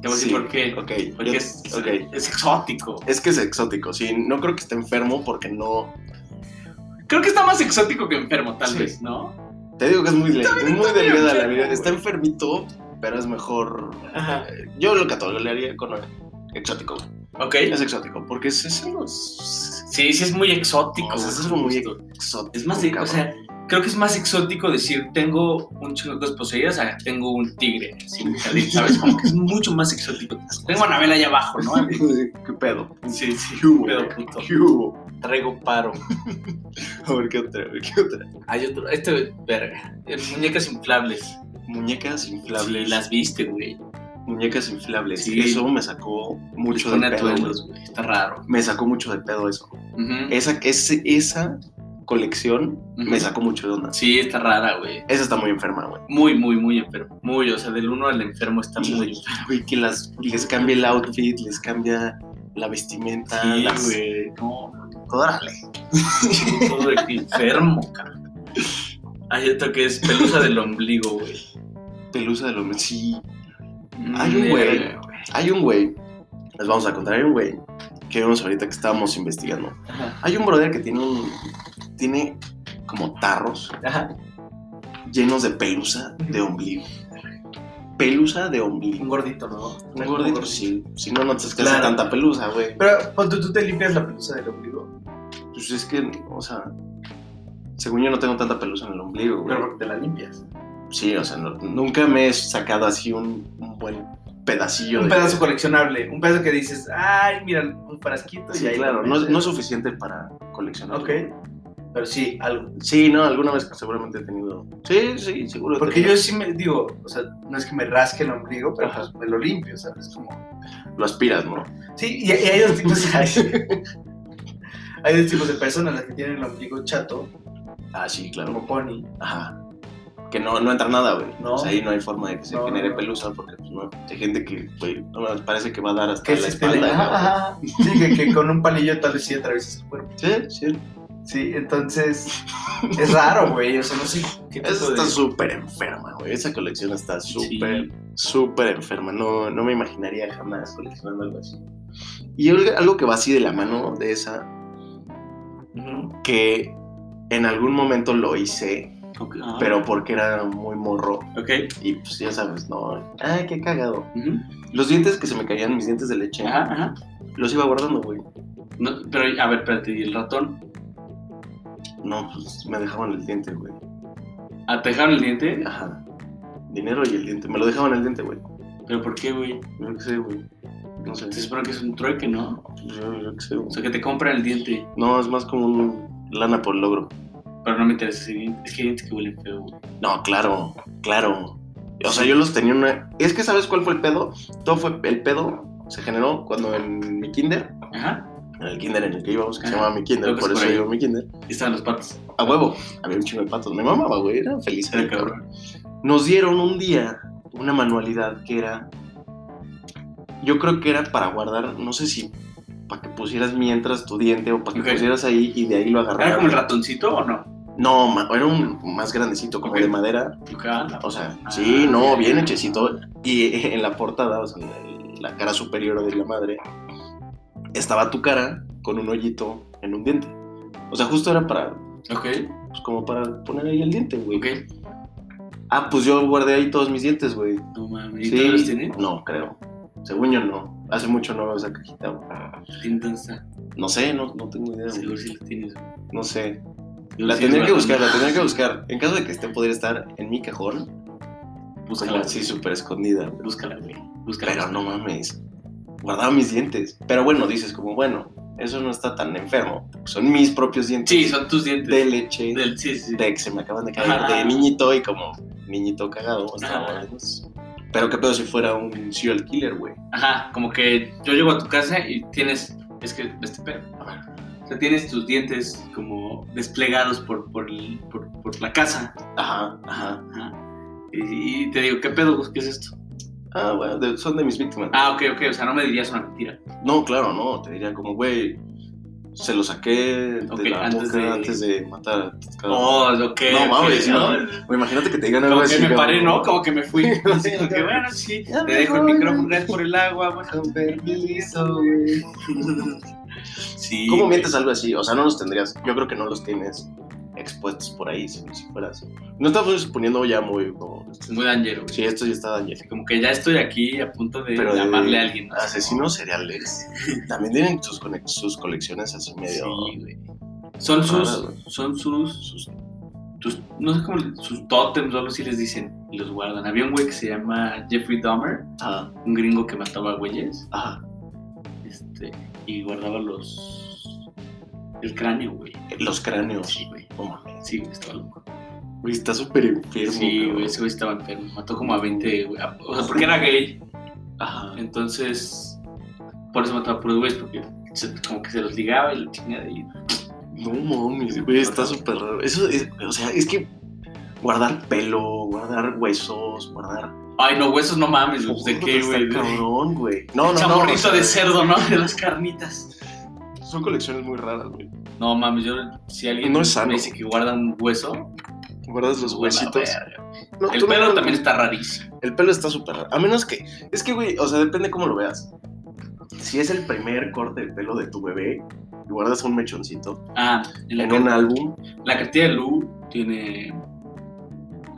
Te voy a decir
Sí,
por qué.
Ok, yo-
Porque es,
ok.
es exótico.
Es que es exótico, sí. No creo que esté enfermo porque no.
Creo que está más exótico que enfermo, tal
Sí.
vez, ¿no?
Te digo que es muy, le- es muy
bien
delgada la
enfermo,
vida. Está
güey.
enfermito, pero es mejor. eh, Yo lo catalogaría con exótico.
Ok.
Es exótico, porque es, es algo es-
Sí, sí es muy exótico.
O sea,
güey,
es algo muy
justo.
exótico.
Es más, de- o
cabrón.
sea, creo que es más exótico decir tengo un chingo de cosas poseídas a tengo un tigre así en mi jardín, ¿sabes? Como que es mucho más exótico. Tengo a Anabel allá abajo, ¿no?
¿Qué pedo?
Sí, sí,
¿Qué hubo?
pedo puto.
¿Qué hubo?
Traigo paro.
A ver, ¿qué otra? A ver, ¿Qué otra?
Hay otro, este, verga. eh, Muñecas inflables.
Muñecas inflables.
Sí, las viste, güey.
Muñecas inflables.
Sí.
Eso me sacó mucho
Les
de
pone
pedo.
atuendos, güey. Está raro.
güey. Me sacó mucho de pedo eso.
Ujú.
Esa, ese- esa colección
Ujú.
me sacó mucho de onda.
Sí, está rara, güey.
Esa está muy enferma, güey.
Muy, muy, muy enfermo. Muy, o sea, del uno al enfermo está muy enfermo.
Güey, que las, les cambia el outfit, les cambia la vestimenta. las-
güey. No,
Órale.
Todo de que enfermo, cabrón. Hay otro que es pelusa del ombligo, güey.
Pelusa de los... Sí. Hay un güey.
Eh,
Hay un güey, les vamos a contar, hay un güey que vimos ahorita que estábamos investigando.
Ajá.
Hay un brother que tiene un... Tiene como tarros
Ajá.
llenos de pelusa de ombligo. Pelusa de ombligo.
Un gordito, ¿no?
Un gordito, sí. Si no, no te hace
Claro.
tanta pelusa, güey.
Pero cuando tú te limpias la pelusa del ombligo,
Pues es que, o sea, según yo no tengo tanta pelusa en el ombligo, güey.
pero te la limpias.
Sí, o sea, no- nunca me he sacado así un, un buen pedacillo
Un
de...
pedazo coleccionable, un pedazo que dices, ay, mira, un frasquito
Sí,
y ahí.
claro,
lo
no,
metes".
no es suficiente para coleccionar.
Ok. Pero sí, algo.
Sí, no, alguna vez seguramente he tenido... Sí, sí, seguro. he
Porque
tenido.
yo sí me digo, o sea, no es que me rasque el ombligo, pero
Ajá.
pues me lo limpio, ¿sabes? Como...
Lo aspiras, ¿no?
Sí, y, y hay dos tipos de... hay dos tipos de personas, las que tienen el ombligo chato,
Ah, sí, claro.
como Pony,
Ajá. Que no, no entra nada, güey.
No.
O sea, ahí no hay forma de que se
No,
genere
no, no.
pelusa porque, pues, no. Hay gente que, güey, no, me parece que va a dar hasta
que es
la
este de-
espalda. ¿no?
ajá, ajá. Sí, que, que con un palillo tal vez sí atraviesas el cuerpo.
Sí, sí.
Sí, entonces es raro, güey, o sea, no sé qué tipo
Esa
de...
está súper enferma, güey. Esa colección está súper
Sí.
súper enferma. No, no me imaginaría jamás coleccionando algo así. Y algo algo que va así de la mano de esa,
Ujú.
que en algún momento lo hice,
Ok. Ah.
pero porque era muy morro.
Ok.
Y pues ya sabes, no. Ay, qué cagado.
Ujú.
Los dientes que se me caían, mis dientes de leche,
Ajá, ajá.
los iba guardando, güey.
No, pero, a ver, espérate, ¿y el ratón?
No, pues me dejaban el diente, güey.
¿Atajaron el diente?
Ajá. Dinero y el diente. Me lo dejaban el diente, güey.
¿Pero por qué, güey?
Yo qué sé, güey. No sé.
Se supone que es un trueque, ¿no?
Yo, yo qué sé, güey.
O sea, que te compran el diente,
No, es más como un lana por logro.
pero no me interesa ese diente. Es que hay dientes que huelen feo, güey.
No, claro, claro. O sea, yo los tenía en una. Es que, ¿sabes cuál fue el pedo? Todo fue. El pedo se generó cuando en mi kinder,
Ajá.
en el kinder en el que íbamos, que se
Ajá.
llamaba mi kinder,
Creo que
por
es
eso
por ahí.
yo mi kinder.
Estaban los patos.
A huevo, había un chingo de patos. Me mamaba, güey, era feliz.
Era
el cabrón.
cabrón.
Nos dieron un día una manualidad que era. Yo creo que era para guardar, no sé si para que pusieras mientras tu diente o para que
Ok.
pusieras ahí y de ahí lo agarraras.
¿Era como el ratoncito o no?
No, ma- era un más grandecito, como
Ok. Ah,
de madera.
¿Qué onda?
O sea, sí, no, bien hechecito. Y eh, en la portada, o sea, en la cara superior de la madre, estaba tu cara con un hoyito en un diente. O sea, justo era para,
Ok,
pues como para poner ahí el diente, güey.
ok.
Ah, pues yo guardé ahí todos mis dientes, güey.
No mames. ¿Y
Sí.
todos los tienen?
No, creo. Según yo no. Hace mucho no veo esa cajita. güey.
¿Tienen dónde está?
No sé, no, no tengo idea. güey.
Seguro si los tienes. güey.
No sé.
Yo
La
sí,
tendría que
bueno,
buscar, la tendría que buscar. En caso de que esté, podría estar en mi cajón, como
Búscala,
así súper escondida.
búscala, güey. Búscala.
Pero no mames, guardaba mis dientes. Pero bueno, dices como, bueno, eso no está tan enfermo. Son mis propios dientes
Sí, son tus dientes.
de leche,
Del- sí, sí, sí.
de que se me acaban de caer
Ajá.
de niñito y como niñito cagado. hasta
Ajá.
ahora, pues. Pero qué pedo si fuera un serial killer, güey.
Ajá, como que yo llego a tu casa y tienes. Es que este pedo. a ver, O sea, tienes tus dientes como desplegados por, por, el- por, por la casa.
Ajá, ajá.
Ajá. Y, y te digo, ¿qué pedo? Gus? ¿Qué es esto?
Ah, bueno, de- son de mis víctimas.
Ah, ok, ok. O sea, no me dirías una mentira.
No, claro, no. Te diría como, güey, se lo saqué de
Ok,
la
antes
boca
de-
antes de matar a tus cabros.
Oh, ok.
No
ok,
mames,
¿no?
no. O imagínate que te digan algo
Como
así.
que me
como-
paré, ¿no? Como que me fui. Así como que, bueno, sí.
Ya
Te
me
dejo el
voy,
micrófono,
güey.
gracias por el agua. bueno.
Con permiso, güey.
Sí.
¿Cómo
güey.
mientes algo así? O sea, no los tendrías. Yo creo que no los tienes expuestos por ahí, si, si fueras. No estamos suponiendo ya muy como.
Muy dañero, güey.
Sí, esto ya está dañado.
Como que ya estoy aquí a punto de
Pero de-
llamarle a alguien.
Asesinos seriales también tienen sus, conex- sus colecciones así medio.
Sí, güey. Son
raras,
sus,
güey.
son sus, sus- tus- no sé cómo, le- sus tótems o algo así les dicen y los guardan. Había un güey que se llama Jeffrey Dahmer,
Ajá,
un gringo que mataba güeyes,
ah, ajá.
este, y guardaba los, el cráneo, güey.
Los cráneos.
Sí, güey.
No mames.
Sí, güey, estaba loco.
Güey, está súper enfermo.
Sí,
cabrón.
güey, ese güey estaba enfermo. Mató como a 20, güey. O sea, porque era gay.
Ajá.
Entonces, por eso mataba a puros güeyes, porque se- como que se los ligaba y la chingada. Y
No mames, güey, está súper raro. Eso es, o sea, es que guardar pelo, guardar huesos, guardar.
Ay, no, huesos no mames, güey. ¿De qué,
Está
güey?
cabrón, güey. No, no, no. o
Chamorrito
sea,
de cerdo, ¿no? De las carnitas.
Son colecciones muy raras, güey.
No mames, yo si alguien
No es sano.
me dice que guarda un hueso,
Guardas los
pues, a la
huesitos.
verga.
No,
El
tú no-
pelo también está rarísimo.
El pelo está súper raro. A menos que. Es que, güey, o sea, depende cómo lo veas. Si es el primer corte del pelo de tu bebé y guardas un mechoncito
Ah, en la,
en
ca-
un álbum,
la cartilla de Lu tiene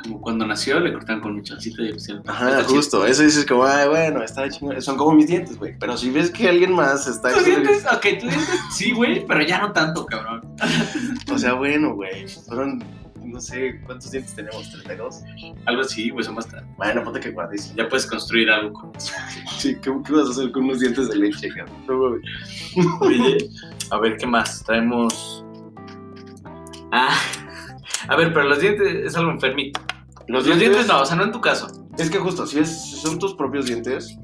como cuando nació le cortaron con mechoncito y le pusieron.
Ajá,
Está chido.
justo. Eso dices como, ay, bueno, está chingón. Son como mis dientes, güey. Pero si ves que alguien más está
¿Tú dientes? Ok, tú dientes sí, güey, pero ya no tanto, cabrón.
O sea, bueno, güey. Fueron, no sé, ¿cuántos dientes tenemos? ¿32?
Algo así, güey, son bastante.
Bueno, ponte que guardes.
Ya puedes construir algo con eso.
Sí, ¿qué, qué vas a hacer con unos dientes de leche, cabrón? No, güey.
Oye, a ver, ¿qué más? Traemos. Ah, a ver, pero los dientes es algo enfermito. Los dientes, no, o sea, no en tu caso.
Es que justo, si, es, si son tus propios dientes,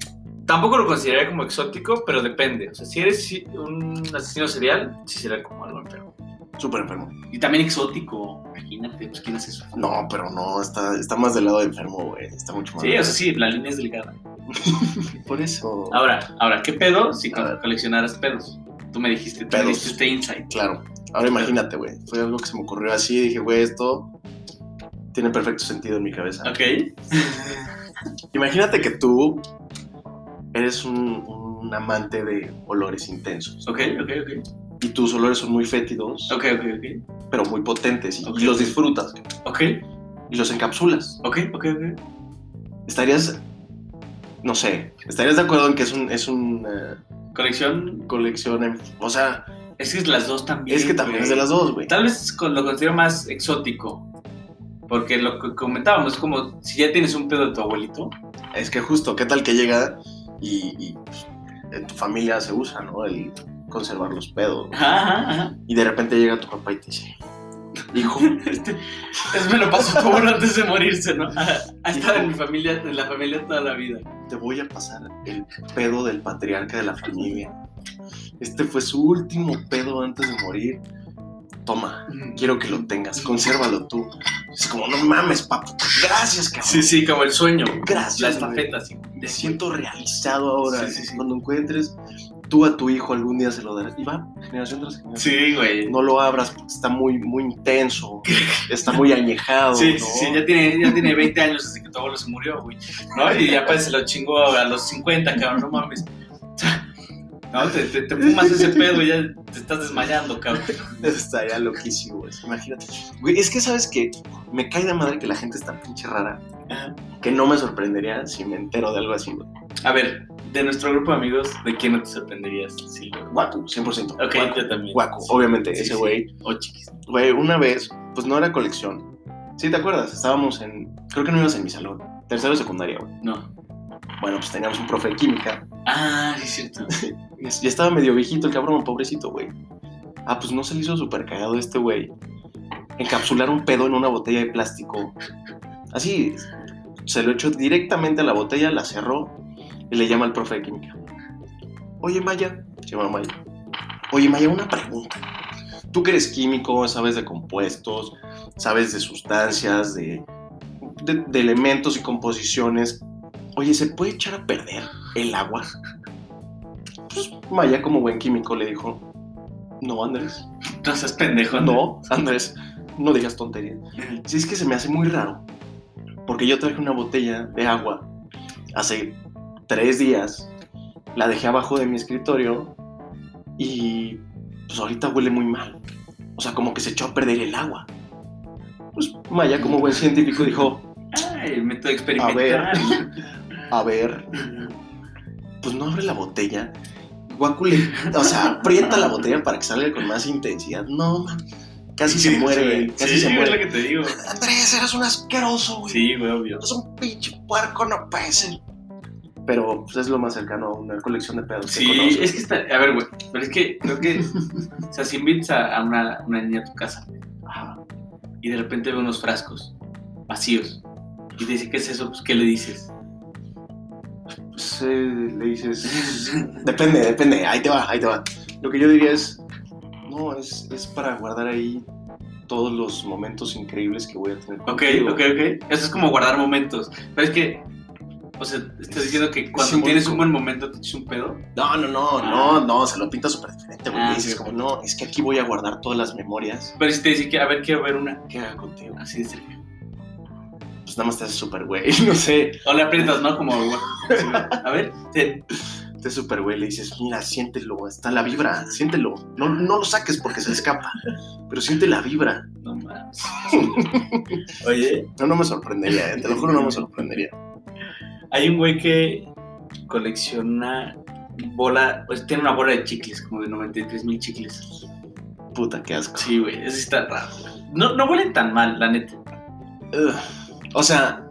Tampoco lo consideraría como exótico, pero depende. O sea, si eres sí, un asesino serial, sí será como algo enfermo.
súper enfermo.
Y también exótico, imagínate, pues quién hace eso.
No, pero no, está, está más del lado de enfermo, güey. Está mucho más.
Sí, o sea, sí, la línea es delgada.
por eso.
Ahora, ahora, ¿qué pedo si
A ver.
coleccionaras pedos? Tú me dijiste, tú me
Pedos.
diste este insight.
Claro. Ahora imagínate, güey. Fue algo que se me ocurrió así. Dije, güey, esto tiene perfecto sentido en mi cabeza.
Ok.
Imagínate que tú eres un, un amante de olores intensos.
Ok, ok, ok.
Y tus olores son muy fétidos,
Ok, ok, ok.
pero muy potentes. Y,
Ok.
y los disfrutas.
Ok,
Y los encapsulas.
ok, ok, ok.
Estarías. No sé. ¿Estarías de acuerdo en que es un. eh, Es una
Colección.
colección. en- o sea,
Es que es las dos también.
es que también
güey.
es de las dos, güey.
Tal vez con- lo considero más exótico. Porque lo que comentábamos, como si ya tienes un pedo de tu abuelito.
Es que justo, ¿qué tal que llega y, y, pues, en tu familia se usa, ¿no? El conservar los pedos. güey.
Ajá, ajá, ajá.
Y de repente llega tu papá y te dice, hijo,
Este, es me lo pasó tu abuelo antes de morirse, ¿no? Ha estado en mi familia, en la familia toda la vida.
te voy a pasar el pedo del patriarca de la familia. Este fue su último pedo antes de morir. Toma, quiero que lo tengas, consérvalo tú. Es como, no mames, papá, gracias, cabrón.
Sí, sí, como el sueño.
Gracias,
La
güey.
estafeta, sí.
Me siento realizado ahora.
Sí, sí, sí.
Cuando encuentres tú a tu hijo algún día se lo darás. Y va, generación tras generación.
Sí, güey.
no lo abras porque está muy, muy intenso, está muy añejado.
Sí,
¿no?
sí, sí, ya tiene, ya tiene 20 años desde que tu abuelo se murió, güey. ¿No? Y ya pues se lo chingó a los 50, cabrón, no mames. O sea, No, te, te, te fumas ese pedo y ya te estás desmayando, cabrón.
Estaría loquísimo eso, imagínate. Güey, es que sabes que me cae de madre que la gente está pinche rara, que no me sorprendería si me entero de algo así, güey.
A ver, de nuestro grupo de amigos, ¿de quién no te sorprenderías? Sí.
Guacu, 100%.
Ok,
Guacu.
yo también.
Guacu,
Sí.
obviamente,
Sí,
ese
sí.
güey.
O chiquis.
Güey, una vez, pues no era colección. Sí, ¿te acuerdas? Estábamos en. Creo que no ibas en mi salón. Tercero de secundaria, güey.
No.
Bueno, pues teníamos un profe de química.
Ah, sí, es cierto.
Y es- Ya estaba medio viejito el cabrón, pobrecito, güey. Ah, pues no se le hizo súper cagado este güey. Encapsular un pedo en una botella de plástico. Así, se lo echó directamente a la botella, la cerró y le llama al profe de química. Oye, Maya. Se llama Maya. Oye, Maya, una pregunta. Tú que eres químico, sabes de compuestos, sabes de sustancias, de, de- de elementos y composiciones. Oye, ¿se puede echar a perder el agua? Pues Maya, como buen químico, le dijo, no, Andrés.
No seas pendejo.
No, Andrés, no digas tonterías. Si es que se me hace muy raro, porque yo traje una botella de agua hace tres días, la dejé abajo de mi escritorio y pues ahorita huele muy mal. O sea, como que se echó a perder el agua. Pues Maya, como buen científico, dijo,
Ay, el
a
método
ver,
experimental.
a ver, pues no abre la botella. Guacu le, o sea, aprieta la botella para que salga con más intensidad. No, man, casi se muere, casi
sí,
se
es
muere.
lo que te digo.
Andrés, eres un asqueroso, güey.
Sí, güey, obvio.
Es un pinche puerco, no pese. Pero pues, es lo más cercano a una colección de pedos.
Sí,
que conozco.
es que está. A ver, güey. Pero es que creo que. o sea, si invitas a, a una, una niña a tu casa
Ajá.
y de repente ve unos frascos vacíos y te dice, ¿qué es eso? Pues, ¿qué le dices?
Pues eh, le dices. Depende, depende. Ahí te va, ahí te va. Lo que yo diría es. No, es, es para guardar ahí todos los momentos increíbles que voy a tener.
Ok,
contigo.
ok, ok. Eso es como guardar momentos. Pero es que, o sea, estás diciendo que cuando
simbólico.
tienes un buen momento te echas un pedo.
No, no, no,
Ah.
no, no, se lo pinta súper diferente, güey.
Ah,
Le dices
ok, ok.
como, no, es que aquí voy a guardar todas las memorias
Pero si te dice que, a ver, quiero ver una.
que haga contigo.
Así de cerca.
Pues nada más te haces súper güey, no sé.
O le aprietas, ¿no? Como, güey, así, güey. a ver, te-
Te haces súper güey, le dices, mira, siéntelo, está la vibra, siéntelo. No, no lo saques porque se escapa, pero siente la vibra.
no mames. Oye,
No, no me sorprendería, eh, te lo juro, no me sorprendería.
hay un güey que colecciona bola, pues tiene una bola de chicles, como de 93 mil chicles.
Puta, qué asco.
Sí, güey, eso está raro. güey. No, no huelen tan mal, la neta.
Ugh. O sea,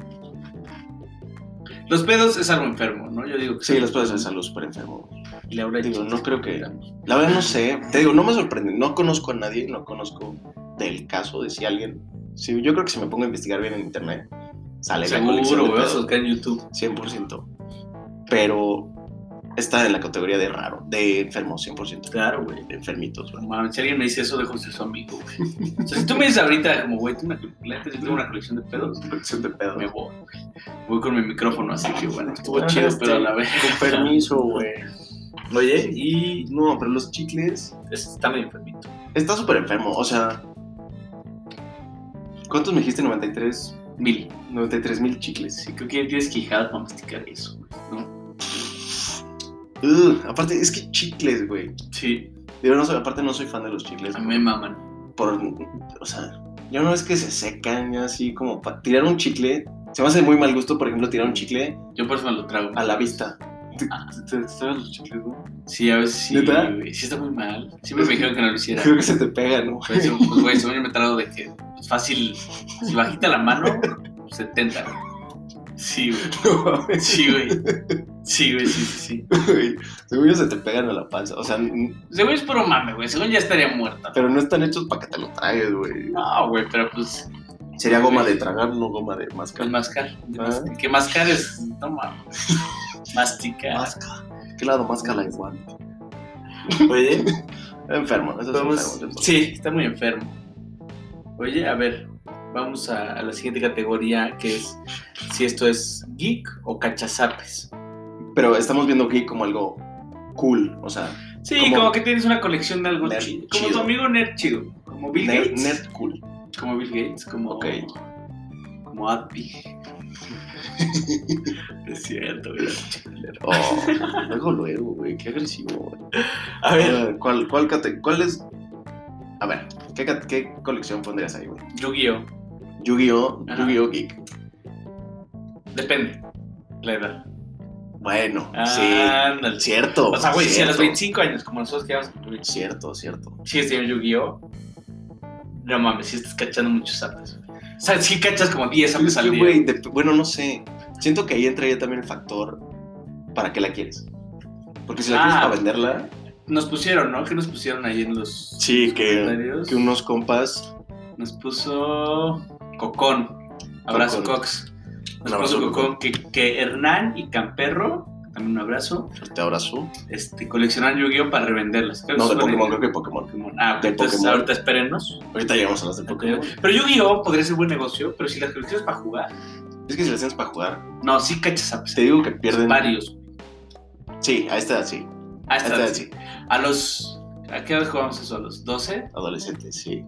Los pedos es algo enfermo, ¿no? Yo digo que
sí, los pedos de salud súper enfermo.
Y la bola de
Digo,
chicles,
no creo que- La verdad no sé, te digo, no me sorprende, no conozco a nadie, no conozco del caso de si alguien... Sí, yo creo que si me pongo a investigar bien en internet, sale la colección
Seguro,
de
güey, vas a
pedos.
buscar en YouTube.
100%. Pero está en la categoría de raro, de enfermo, 100%.
Claro, güey.
De enfermitos, güey.
No mames, si alguien me dice eso, dejo de ser su amigo, güey. O sea, si tú me dices ahorita, como, güey, tengo una, la neta, yo tengo una colección de pedos,
Colección de pedos.
me voy, güey. Voy con mi micrófono, así que, bueno, estuvo
Ah,
chido,
este-
pero a la vez.
Con permiso, güey.
Oye,
Y no, pero los chicles.
está medio enfermito.
Está súper enfermo, o sea. ¿Cuántos me dijiste? 93.
Mil.
93 mil chicles.
Sí, creo que ya tienes quijada para masticar eso, güey. ¿no?
Ugh, aparte, es que chicles, güey.
Sí,
Digo, no soy- aparte, no soy fan de los chicles.
a mí me maman.
Por, o sea, ya una vez que se secan, ya así como para tirar un chicle. Se me hace muy mal gusto, por ejemplo, tirar un chicle
Yo por eso me lo trago.
a la vista. ¿Te,
Ah.
te- te sabes los chicles, no?
Sí, a veces sí,
¿Neta?
güey. Sí está muy mal. Siempre me dijeron que no lo hiciera.
Creo que se te pegan, ¿no?
Pues, pues, güey, según yo me trago de que pues, fácil, si bajita la mano, 70, güey. Sí, güey.
No mames.
Sí, güey. Sí, güey, sí, sí, sí.
Güey, Según yo se te pegan a la panza. O sea, n-
Según es puro mame, güey. Según ya estaría muerta.
pero no están hechos para que te lo tragues, güey.
No, güey, pero pues
Sería goma de tragar, no goma de mascar.
con mascar. de
Ah.
mascar. Que mascar es. No mames. Masticar.
Masca. Claro, máscala igual.
Oye,
Enfermo, eso es
vamos.
enfermo.
Sí, está muy enfermo. Oye, a ver, vamos a, a la siguiente categoría que es si esto es geek o cachazapes.
Pero estamos viendo aquí como algo cool. O sea,
Sí,
Como-
como, que tienes una colección de algo
Nerd
chido.
chido.
Como tu amigo nerd chido. Como Bill
nerd,
Gates.
nerd cool.
Como Bill Gates, como.
Ok.
Como Adpi. es cierto, güey.
Oh, luego, luego, güey. Qué agresivo, güey.
A ver,
Eh, ¿Cuál, cuál, cate- cuál es? A ver, ¿qué, ca- qué colección pondrías ahí, güey?
Yu-Gi-Oh!
Yu-Gi-Oh!
Ajá.
Yu-Gi-Oh! Geek.
Depende. La edad.
Bueno,
Ándale.
sí. Cierto.
Ah. O sea, güey, si a los
cierto.
25 años, como nosotros quedamos con 25,
Cierto, cierto.
sigues teniendo Yu-Gi-Oh! No mames, si estás cachando muchos apes. O sea, sí cachas como 10 apes
Es que,
al día.
güey, de- bueno, no sé. Siento que ahí entra ya también el factor para qué la quieres. Porque si la
Ah.
quieres para venderla,
Nos pusieron, ¿no? ¿Qué nos pusieron ahí en los
sí, que,
comentarios?
que unos compas.
Nos puso Cocón. Abrazo,
Cocón.
Cox. Nos
Un abrazo,
puso Cocón que, que Hernán y Camperro, también un abrazo,
Te abrazo.
este, coleccionan Yu-Gi-Oh! para revenderlas. Creo que
No, de
son
Pokémon, creo que de Pokémon.
Pokémon. Ah,
De
entonces
Pokémon.
ahorita espérennos.
Ahorita llegamos a las de Pokémon.
Pero Yu-Gi-Oh! podría ser buen negocio, pero si las coleccionas para jugar,
Es que si las tienes para jugar,
no, sí cachas apes.
te digo que pierden.
Varios.
Sí, a esta edad sí.
Ah,
A
está
esta edad
bien.
sí.
A los. ¿A qué edad jugamos eso? ¿A los 12?
Adolescentes, sí.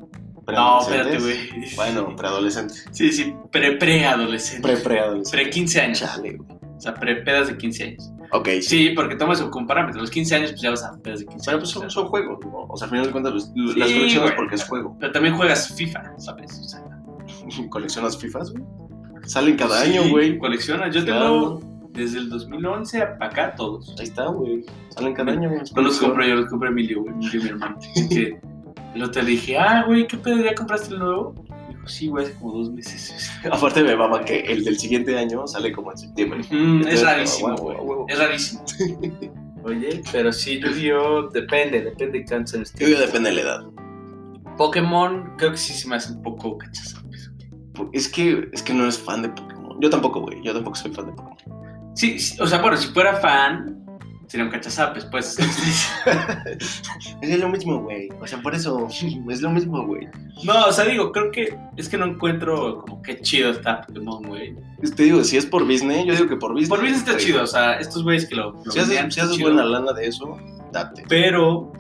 No, espérate,
Preadolescentes.
güey.
Bueno, preadolescente.
Sí, sí, pre pre-adolescente.
Pre-preadolescente.
Pre-15 años.
Chale, güey.
O sea, pre pedas de 15 años.
Ok, sí.
Sí, porque toma eso con parámetros. Los 15 años, pues ya vas a pedas de 15
Bueno,
años.
pues son,
o sea.
son juegos, ¿no? O sea, al final de cuentas, los-
Sí,
las coleccionas
güey.
porque es juego.
Pero también juegas FIFA, ¿sabes? O sea,
¿Coleccionas FIFAs, güey? Salen cada
sí,
año, güey.
Colecciona. Yo
Claro.
tengo desde el 2011 para acá todos.
Ahí está, güey. Salen cada año, güey.
No los compro yo, los compra Emilio, güey, Emilio, mi hermano. Que el otro le dije, ah, güey, ¿qué pedo? ¿Ya compraste el nuevo? Me dijo, sí, güey, hace como dos meses.
Aparte me mama que el del siguiente año sale como en septiembre.
Mm, es
Entonces,
rarísimo,
huevo,
güey.
huevo.
Es rarísimo. Oye, pero sí, Yu-Gi-Oh! depende, depende de canción.
Yo digo, depende de la edad.
Pokémon, creo que sí se me hace un poco cachazapes.
Es que, es que no eres fan de Pokémon. Yo tampoco, güey. Yo tampoco soy fan de Pokémon.
Sí, sí, o sea, bueno, si fuera fan, sería un cachazapes, pues.
Es lo mismo, güey. O sea, por eso es lo mismo, güey.
no, o sea, digo, creo que es que no encuentro como qué chido está Pokémon, güey.
Te digo, si es por Disney, yo digo que por Disney. pues,
Por mí está chido, o sea, estos güeyes que lo. lo
Si
vendían,
haces, si
está
haces
chido.
buena lana de eso, date.
Pero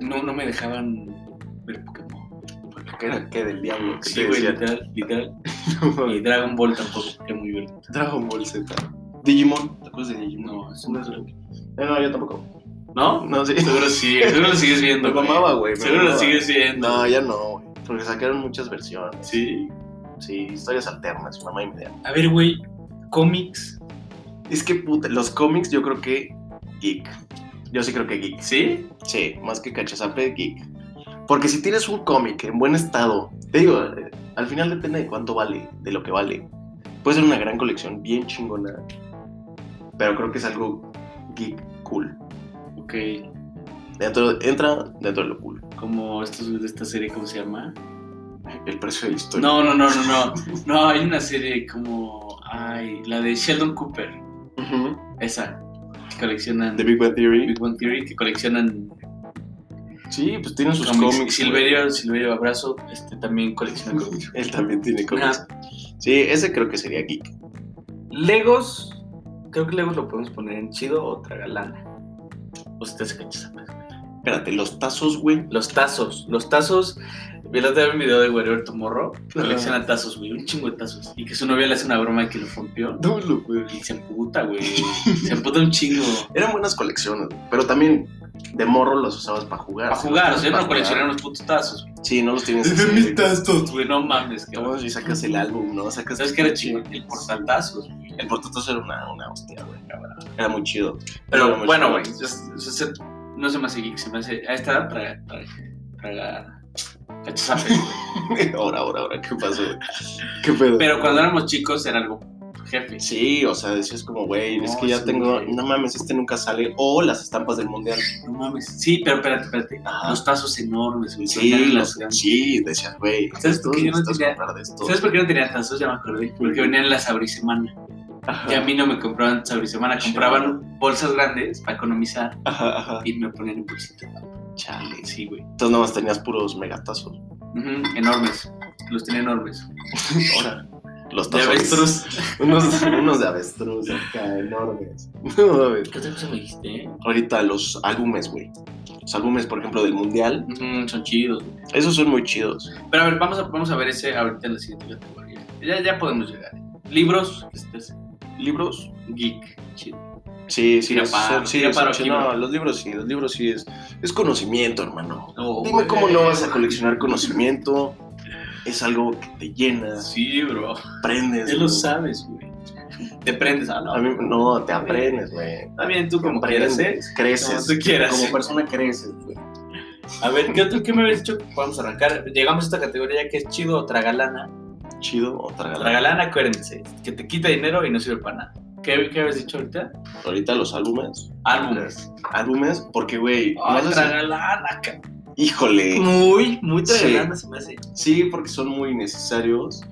no, no me dejaban ver Pokémon.
Que Pues, era que del diablo. que
Sí,
te
güey,
decían.
literal, literal. Y Dragon Ball tampoco, que muy bien.
Dragon Ball Z. Digimon. ¿Te acuerdas de Digimon?
No, eso no es lo que-
No, no, yo tampoco.
¿No?
No, sí.
Seguro sí, seguro lo sigues viendo.
Me
güey.
mamaba, güey. me
Seguro lo
mamaba.
sigues viendo.
No, ya no, güey. Porque sacaron muchas versiones.
Sí.
Sí, historias alternas, mamá y media.
A ver, güey, cómics.
Es que, puta, los cómics yo creo que geek. Yo sí creo que geek.
¿Sí?
Sí, más que cachazape, geek. Porque si tienes un cómic en buen estado, te digo, eh, al final depende de cuánto vale, de lo que vale. Puede ser una gran colección, bien chingona. Pero creo que es algo geek cool.
Ok.
Dentro, entra dentro de lo cool.
Como estos güeyes de esta serie, ¿cómo se llama?
El precio de la historia.
No, no, no, no, no. No, hay una serie como. Ay, la de Sheldon Cooper.
Ujú.
Esa. Que coleccionan.
The Big Bang Theory.
Big One Theory, que coleccionan
Sí, pues tienen sus
cómics.
cómics. güey.
Silverio, Silverio Abrazo, este también colecciona cómics.
Él también tiene cómics. Sí, ese creo que sería geek.
Legos, creo que Legos lo podemos poner en chido o tragalana.
Ustedes cachazapes.
Espérate, los tazos, güey.
Los tazos, los tazos. Vi el otro día un video de Warrior Tomorrow. Colecciona tazos, güey, un chingo de tazos. Y que su novia le hace una broma de que lo rompió.
No, lo, güey.
Y se emputa, güey. Se emputa un chingo.
Eran buenas colecciones, güey, pero también de morro los usabas para jugar.
Para jugar, o sea, yo no
Para
coleccioné unos putos tazos. güey.
jugar. Sí, no los tienes.
Son
así.
mis tazos, güey, no mames, cabrón.
No, Y sacas el álbum, ¿no? Sacas
¿Sabes qué era chido? El portatazos, güey.
El portatazo era una, una hostia, güey. cabrón. Era muy chido. Era
Pero
muy
bueno,
chido.
güey, es- es- es- no se me hace geek, se me hace. A esta edad traga. traga. traga- cachazape, güey.
ahora, ahora, ahora, ¿qué pasó? ¿Qué pedo?
Pero cuando éramos chicos era algo jefe.
Sí, o sea, decías como, güey,
No,
es que ya
sí,
tengo,
güey.
no mames, este nunca sale. O las estampas del mundial.
No mames. Sí, pero espérate, espérate.
Ajá.
Los tazos enormes, güey.
Sí,
venían en
los,
las grandes.
sí, decías, güey,
¿Sabes por qué yo no
necesitas
tenía-
comprar de esto.
¿Sabes por qué no tenía tazos? Ya me acordé. Porque venían las abrisemana.
Ajá.
Y a mí no me compraban abrisemana. Compraban bolsas grandes para economizar
Ajá, ajá.
y me ponían en bolsita.
Chale.
Sí, güey.
Entonces nada más tenías puros megatazos.
Ujú, Enormes. Los tenía enormes.
Ahora. Los
De
tazos.
avestruz.
Unos, unos de avestruz acá, enormes. No mames.
¿Qué otra cosa me dijiste? eh?
Ahorita los álbumes, güey. Los álbumes, por ejemplo, del mundial.
Ujú, son chidos. güey.
Esos son muy chidos.
Pero a ver, vamos a, vamos a ver ese ahorita en la siguiente categoría. Ya, ya podemos llegar. Libros, este es
¿Libros?
geek, chido.
Sí, sí.
Tira
esos
paro,
son- sí,
tira
esos
paro,
son-
tira
no,
paro.
los libros sí. Los libros sí es, es conocimiento, hermano.
Oh,
Dime cómo
güey.
no vas a coleccionar conocimiento. Es algo que te llena,
Sí, bro.
aprendes.
Ya
güey.
lo sabes, güey. Te prendes a la
A mí, no, te aprendes, güey.
Está bien, tú como quieras, ¿eh?
Aprendes, creces.
Como tú quieras.
Como persona creces, güey.
A ver, ¿qué otro? ¿Qué me habías dicho? Vamos a arrancar. Llegamos a esta categoría que es chido o tragalana.
Chido o tragalán.
Tragalana, acuérdense, que te quita dinero y no sirve para nada. ¿Qué, qué habías dicho ahorita?
Ahorita los álbumes.
Álbumes.
Álbumes, porque, güey. no
Ay,
sé si-
tragalana, ca-
Híjole.
Muy, muy tragalana se me hace.
Sí, porque son muy necesarios.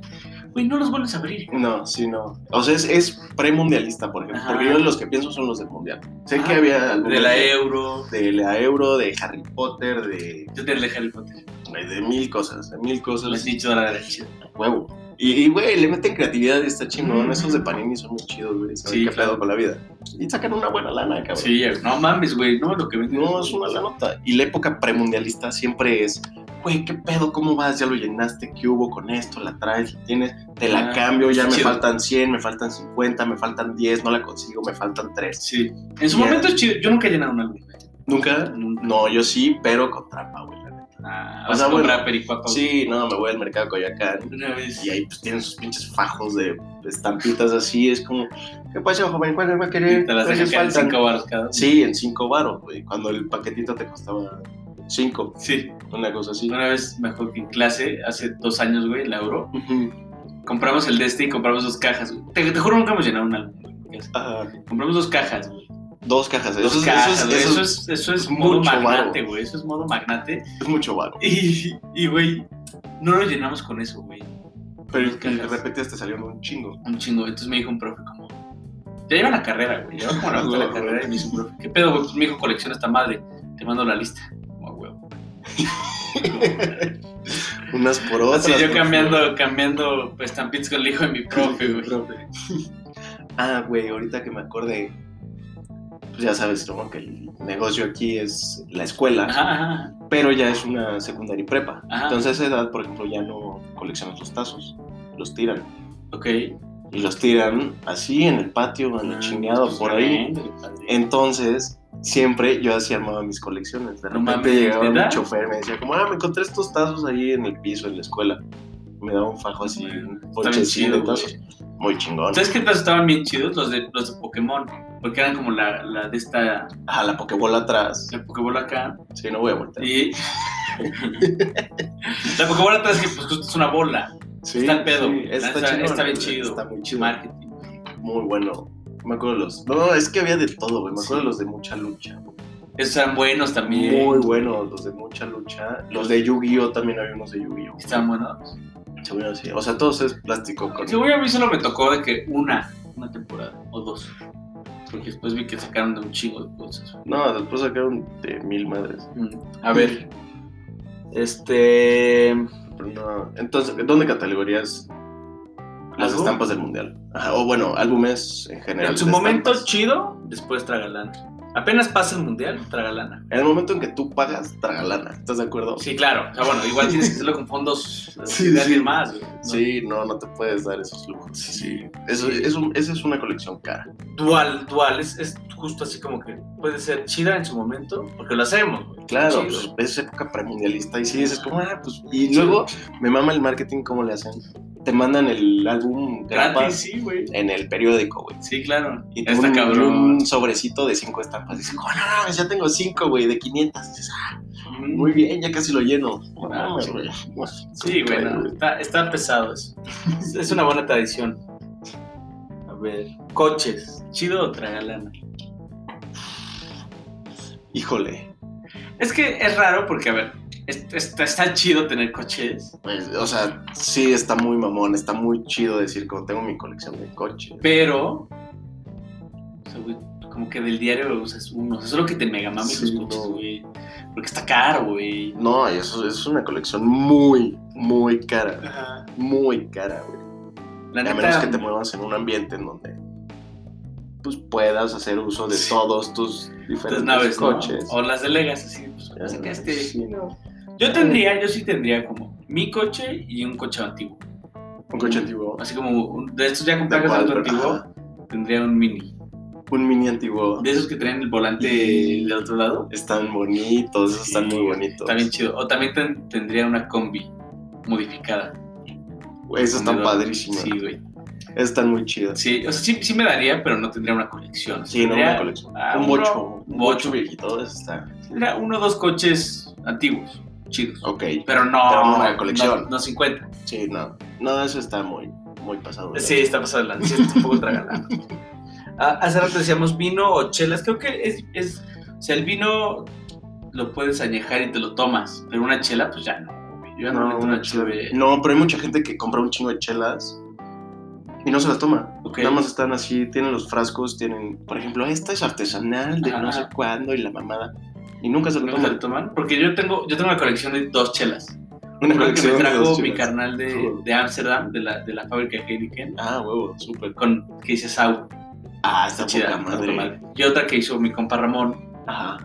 Güey, no los vuelves a abrir.
No, sí, no. O sea, es, es premundialista, por ejemplo.
Ajá.
Porque yo los que pienso son los del mundial. Sé que
Ah,
había álbumes
De la euro,
de la Euro, de Harry Potter, de,
yo te dejé el pote.
de mil cosas, de mil cosas.
Lo has dicho a la derecha.
Huevo. Y, y, güey, le meten creatividad y está chingón.
Mm.
Esos de Panini son muy chidos, güey. Saben
Sí,
qué
claro.
pedo con la vida. Y sacan una buena lana, cabrón.
Sí, no mames, güey, no lo que venden.
No, es una la nota. Y la época premundialista siempre es, güey, ¿qué pedo? ¿Cómo vas? ¿Ya lo llenaste? ¿Qué hubo con esto? ¿La traes? ¿La tienes? Te la
Ah,
cambio, ya me
chido.
faltan 100, me faltan 50, me faltan 10, no la consigo, me faltan 3.
Sí. En su
Ya.
momento es chido. Yo nunca he llenado un álbum. güey.
¿Nunca?
Nunca.
No, yo sí, pero con trampa, güey. la neta.
Ah,
O
vas
sea,
a comprar
bueno,
pericuapa, güey.
Sí, no, me voy al mercado de Coyoacán
Una vez.
y ahí pues tienen sus pinches fajos de estampitas así, es como, ¿qué pasa, joven? ¿Cuál me va a querer?
Te las
¿Cuáles
dejan cada
pues faltan?
cinco baros cada.
Sí, en 5 baros, güey, cuando el paquetito te costaba 5,
Sí.
una cosa así.
Una vez, mejor que en clase, hace dos años, güey, la euro.
Ujú.
Compramos el de este y compramos dos cajas, güey. Te, te juro, nunca hemos llenado un álbum. güey.
Ah,
Compramos dos cajas, güey.
Dos cajas.
Dos
Eso, es-
cajas,
eso,
güey.
es, eso es-
es, eso es
es
modo
mucho
magnate,
varo.
güey. Eso es modo magnate.
es mucho varo.
Y, y, güey, no lo llenamos con eso, güey.
Pero
Dos
es que de
cajas.
repente te salieron un chingo.
un chingo. Entonces me dijo un profe como, ya lleva la carrera, güey, lleva como la mitad de la carrera y me dice un profe, ¿qué pedo, güey? Pues me dijo, colecciona esta madre, te mando la lista. Como, "Ah, huevo.
Unas por otras.
Así yo
por-
cambiando, cambiando pues, estampitas con el hijo de mi profe, güey.
Profe. Ah, güey, ahorita que me acordé. Pues ya sabes, ¿no? Que el negocio aquí es la escuela,
Ajá, ajá,
pero ya es una secundaria y prepa.
Ajá.
Entonces a esa edad, por ejemplo, ya no coleccionas los tazos, los tiran.
ok.
Y los tiran así en el patio, en el chingado,
Pues,
por ahí.
tremendo, padre.
Entonces, siempre yo así armaba mis colecciones. De
No
repente
mames,
llegaba
¿neta?
un chofer y me decía, como, ah, me encontré estos tazos ahí en el piso, en la escuela. Me daba un fajo así, un
Está bien
ponchecín
chido,
de
güey.
tazos. Muy chingón.
¿Sabes qué tazos estaban bien chidos? Los de, los de Pokémon, porque eran como la, la de esta,
Ah, la pokebola atrás.
la Pokébola acá,
Sí, no voy a voltear.
y... la Pokébola atrás que pues justo es una bola.
Sí,
está el pedo,
sí,
güey. Está-
chingón,
está bien
güey,
chido.
Está muy chido.
marketing.
Muy bueno. Me acuerdo de los. No, es que había de todo, güey. Me acuerdo de los de mucha lucha.
Esos eran buenos también.
Muy buenos, los de mucha lucha. Los de Yu-Gi-Oh! también había unos de Yu-Gi-Oh!
Estaban buenos.
Según yo, sí. O sea, todos es plástico con.
Seguro a mí solo me tocó de que una, una temporada o dos. Porque después vi que sacaron de un chingo de cosas.
No, después sacaron de mil madres.
Mm, A ver,
Este.
Pero no. Entonces, ¿dónde categorías las
¿Álbum?
estampas del mundial? Ajá, o bueno, álbumes en general.
en su
de
momento
estampas.
chido, después tragalana. Apenas pasa el mundial, tragalana.
En el momento en que tú pagas, traga lana. ¿Estás de acuerdo?
Sí, claro. O sea, bueno, igual tienes que hacerlo con fondos eh,
Sí,
de alguien
sí.
más. güey, ¿no?
Sí, no, no te puedes dar esos lujos.
Sí.
Eso, es un- esa es una colección cara.
Dual, dual. Es, es justo así como que puede ser chida en su momento, porque lo hacemos, güey.
Claro,
Chido.
pues, es época premundialista y sí, es como, ah, pues. Y luego me mama el marketing, ¿cómo le hacen? Te mandan el álbum
Gratis,
gratis
sí, güey.
en el periódico, güey.
Sí, claro.
Y te
Está
un,
cabrón.
un sobrecito de cinco estampas. Dices, como, no, no, mames, ya tengo cinco, güey, de 500. Dices,
Mm.
Muy bien, ya casi lo lleno.
Ah,
Mames,
sí.
güey. Pues,
Sí, güey, no, está, está pesado eso. Es- Es una buena tradición. A ver, coches. ¿Chido o tragalana?
Híjole.
Es que es raro porque, a ver, es- está, está chido tener coches,
Pues, o sea, sí, está muy mamón, está muy chido decir como tengo mi colección de coches.
pero. o sea, güey, como que del diario usas uno. O sea, solo que te mega mames
Sí,
los coches,
no.
güey. Porque está caro, güey.
No, y eso, eso es una colección muy, muy cara.
Ajá.
Muy cara, güey.
La
a menos
neta,
que te muevas en un ambiente en donde pues puedas hacer uso de todos tus diferentes
las pues, naves, ¿no?
coches.
O las delegas, así. Pues,
Ya
así que
sabes,
este-
sí, no.
Yo tendría, yo sí tendría como mi coche y un coche antiguo.
Un coche antiguo.
Así como un- de estos ya con
De
placas de auto
cuadro,
antiguo,
ajá.
tendría un mini.
Un mini antiguo.
De esos que traen el volante
Y-
del otro lado.
Están bonitos, esos están muy bonitos.
Está bien chido. O también ten- tendría una combi modificada.
Esos están
Donde lo-
padrísimos.
Sí, güey.
Están muy chidas.
Sí, o sea, sí, sí me daría, pero no tendría una colección.
Sí, no
Tendría-
una colección.
ah,
un
uno-
bocho. Un
bocho.
bocho viejito. eso está.
Tendría uno o dos coches antiguos, chidos.
Ok.
Pero no.
Pero no una colección.
No, no 50.
Sí, no. No, eso está muy, muy pasado. de
Sí, está pasando adelante. Sí, está un poco tragalado. Pues Ah, hace rato decíamos vino o chelas. Creo que es, es. O sea, el vino lo puedes añejar y te lo tomas. Pero una chela, pues ya no. Yo ya
No,
no, le meto una
una
chela.
No, pero hay mucha gente que compra un chingo de chelas y no se las toma.
Ok.
Nada más están así, tienen los frascos, tienen, por ejemplo, esta es artesanal de
Ajá.
no sé cuándo y la mamada. Y nunca se lo
¿Nunca se
toman.
la toman? Porque yo tengo, yo tengo una colección de dos chelas.
Una
Una que me
colección de
trajo
dos
mi
chelas.
carnal de
Ujú.
de Ámsterdam, de la, de la fábrica Heineken,
Ah, huevo, súper.
con, que hice Sau.
Ah, está
chida,
poca
está
madre.
madre. Y otra que hizo mi compa Ramón,
Ajá.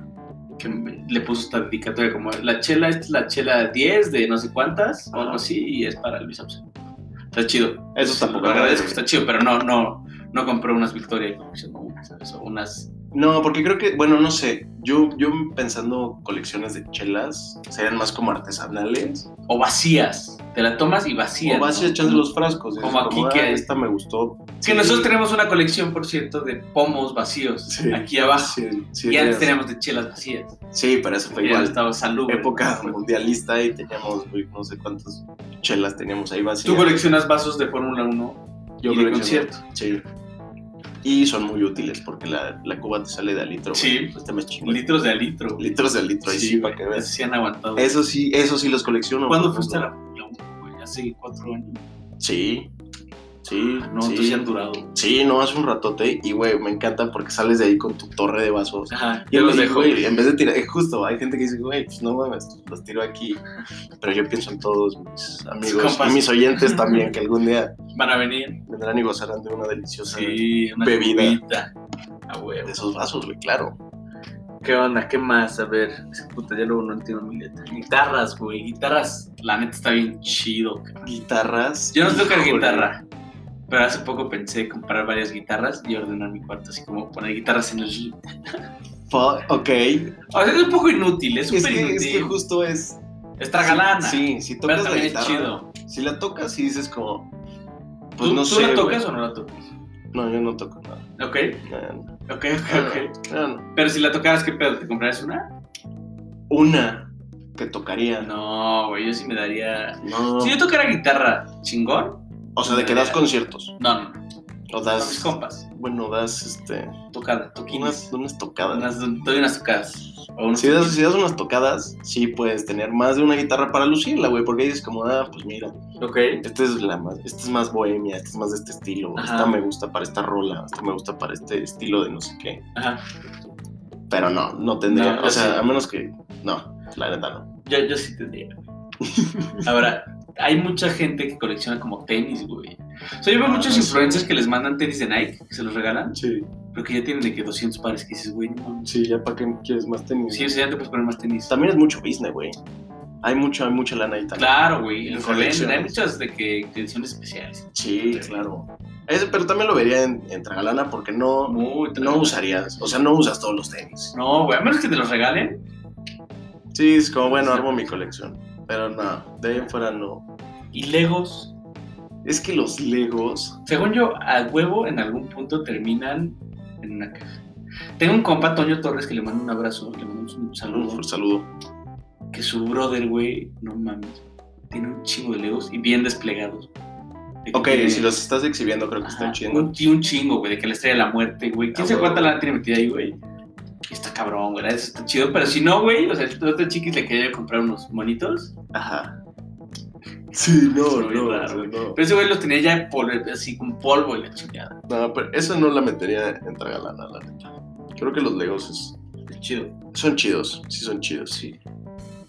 que me- le puso esta dedicatoria como, la chela, esta es la chela 10 de no sé cuántas, o algo
Ajá.
así, y es para Luis Abson. Está chido.
Eso está
Lo
poca madre.
agradezco, está chido, pero no, no, no compré unas Victoria, como se llama, unas, ¿sabes? O unas...
No, porque creo que, bueno, no sé. Yo, yo pensando colecciones de chelas, serían más como artesanales.
O vacías, te la tomas y vacías.
o vas
¿no?
echando los frascos. y
Como
dices,
aquí que-
"Ah, esta me gustó.
Sí, nosotros tenemos una colección, por cierto, de pomos vacíos,
Sí.
aquí abajo.
Sí, sí,
Y antes
sí.
teníamos de chelas vacías.
Sí, pero eso fue
Ya
igual.
estaba salubre.
época mundialista y teníamos, güey, no sé cuántas chelas teníamos ahí vacías.
Tú coleccionas vasos de Fórmula 1
Yo
y de
colecciono.
concierto.
Sí. Y son muy útiles porque la, la cuba te sale de al litro.
Sí.
güey. Pues te me chingo.
Litros de alitro.
Litros de al litro, ahí sí, para que veas.
Sí han aguantado.
Eso sí, eso sí los colecciono.
¿Cuándo
por
fuiste a
ejemplo.
la Fórmula 1? güey? Hace cuatro años.
Sí. Sí,
No,
sí.
entonces ya han durado.
Sí, no, hace un ratote y, güey, me encanta porque sales de ahí con tu torre de vasos.
Ajá.
Yo
Yo los
y,
dejo.
güey, en vez de tirar, eh, justo, hay gente que dice, güey, pues no mames, los tiro aquí. Pero yo pienso en todos mis amigos
compas.
y mis oyentes también, que algún día
Van a venir.
vendrán y gozarán de una deliciosa
Sí, una
Bebida.
cubita. A huevo.
de esos vasos, güey, claro.
¿Qué onda? ¿Qué más? A ver. es que Puta, ya luego no entiendo mi letra. Guitarras, güey. Guitarras. La neta está bien chido. cabrón.
Guitarras.
Yo no sé tocar
híjole.
guitarra. Pero hace poco pensé comprar varias guitarras y ordenar mi cuarto así como poner guitarras en el
Fa- ok.
O sea, es un poco inútil, es
Es
súper
que,
inútil.
es que justo es.
es tragalana.
Sí, si
pero
tocas la
también es
guitarra.
chido.
Si la tocas y dices como. Pues
¿Tú,
no
tú
sé.
la
güey.
tocas o no la tocas?
No, yo no toco nada.
Ok,
No, no,
ok, ok, ok.
no, no.
Pero si la tocaras, ¿qué pedo? ¿Te comprarías una?
Una que tocaría. No.
No, güey, yo sí me daría. Si yo tocara guitarra, chingón.
O sea, de que das conciertos.
No, no, no.
O
Con mis
das.
compas.
Bueno, das este,
Tocada, toquines.
unas, unas tocadas.
Unas, doy unas tocadas. O unos
si, das,
toquines.
si das unas tocadas, sí puedes tener más de una guitarra para lucirla, güey, porque ahí es como, ah, pues mira,
Ok.
esta es, la más, esta es más bohemia, esta es más de este estilo,
Ajá.
esta me gusta para esta rola, esta me gusta para este estilo de no sé qué.
Ajá.
Pero no, no tendría,
No, yo
o sea,
sí.
a menos que, no, la neta no.
Yo, yo sí tendría. Ahora, hay mucha gente que colecciona como tenis, güey. O sea, yo veo
Ah,
muchos
sí.
influencers que les mandan tenis de Nike, que se los regalan.
Sí,
Pero que ya tienen de que 200 pares que dices, güey, no mames.
sí, ya para qué quieres más tenis.
Sí, o sea, ya te puedes poner más tenis.
También es mucho business, güey. Hay mucho, hay mucha lana ahí también.
Claro, güey.
Y
en
las
Colección. Hay
colecciones.
muchas de que ediciones especiales.
Sí, claro. Ese- pero también lo vería en, en Tragalana porque no,
Muy
No usarías, o sea, no usas todos los tenis.
No, güey, a menos que te los regalen.
Sí, es como, bueno, armo mi colección. Pero no, de ahí en fuera no.
Y Legos.
Es que los Legos.
Según yo, a huevo en algún punto terminan en una caja. Tengo un compa, Toño Torres, que le mando un abrazo, le mando un
Saludo.
saludo.
Saludo.
Que su brother, güey, no mames, tiene un chingo de Legos y bien desplegados. De que
Ok,
tiene-
si los estás exhibiendo, creo que
Ajá,
están chidos.
Un, y un chingo, güey, de que la estrella de la muerte, güey. ¿Quién
Ah,
se
huevo.
cuánta la tiene metida ahí, güey? Está cabrón, güey. Eso está chido. Pero si no, güey, o sea, el otro chiquis le quería comprar unos monitos.
Ajá. Sí,
Eso
no,
es
no,
raro,
o sea,
güey.
no.
Pero ese güey los tenía ya polvo, así con polvo y la chingada.
No, pero eso no la metería en Tragalana, la neta. Creo que los Legos es-
Qué chido.
son chidos, sí son chidos.
Sí.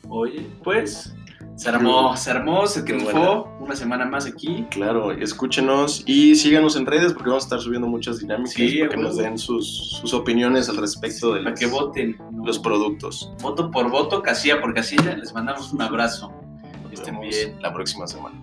Oye, pues. Se armó, se armó, se
Qué
triunfó. Una semana más aquí.
Claro, escúchenos y síganos en redes porque vamos a estar subiendo muchas dinámicas
Sí,
para que
güey.
nos den sus, sus opiniones al respecto de
Para
las-
que voten. ¿no?
los productos.
Voto por voto, casilla por casilla. Les mandamos un abrazo.
Nos
Que estén
vemos
bien.
la próxima semana.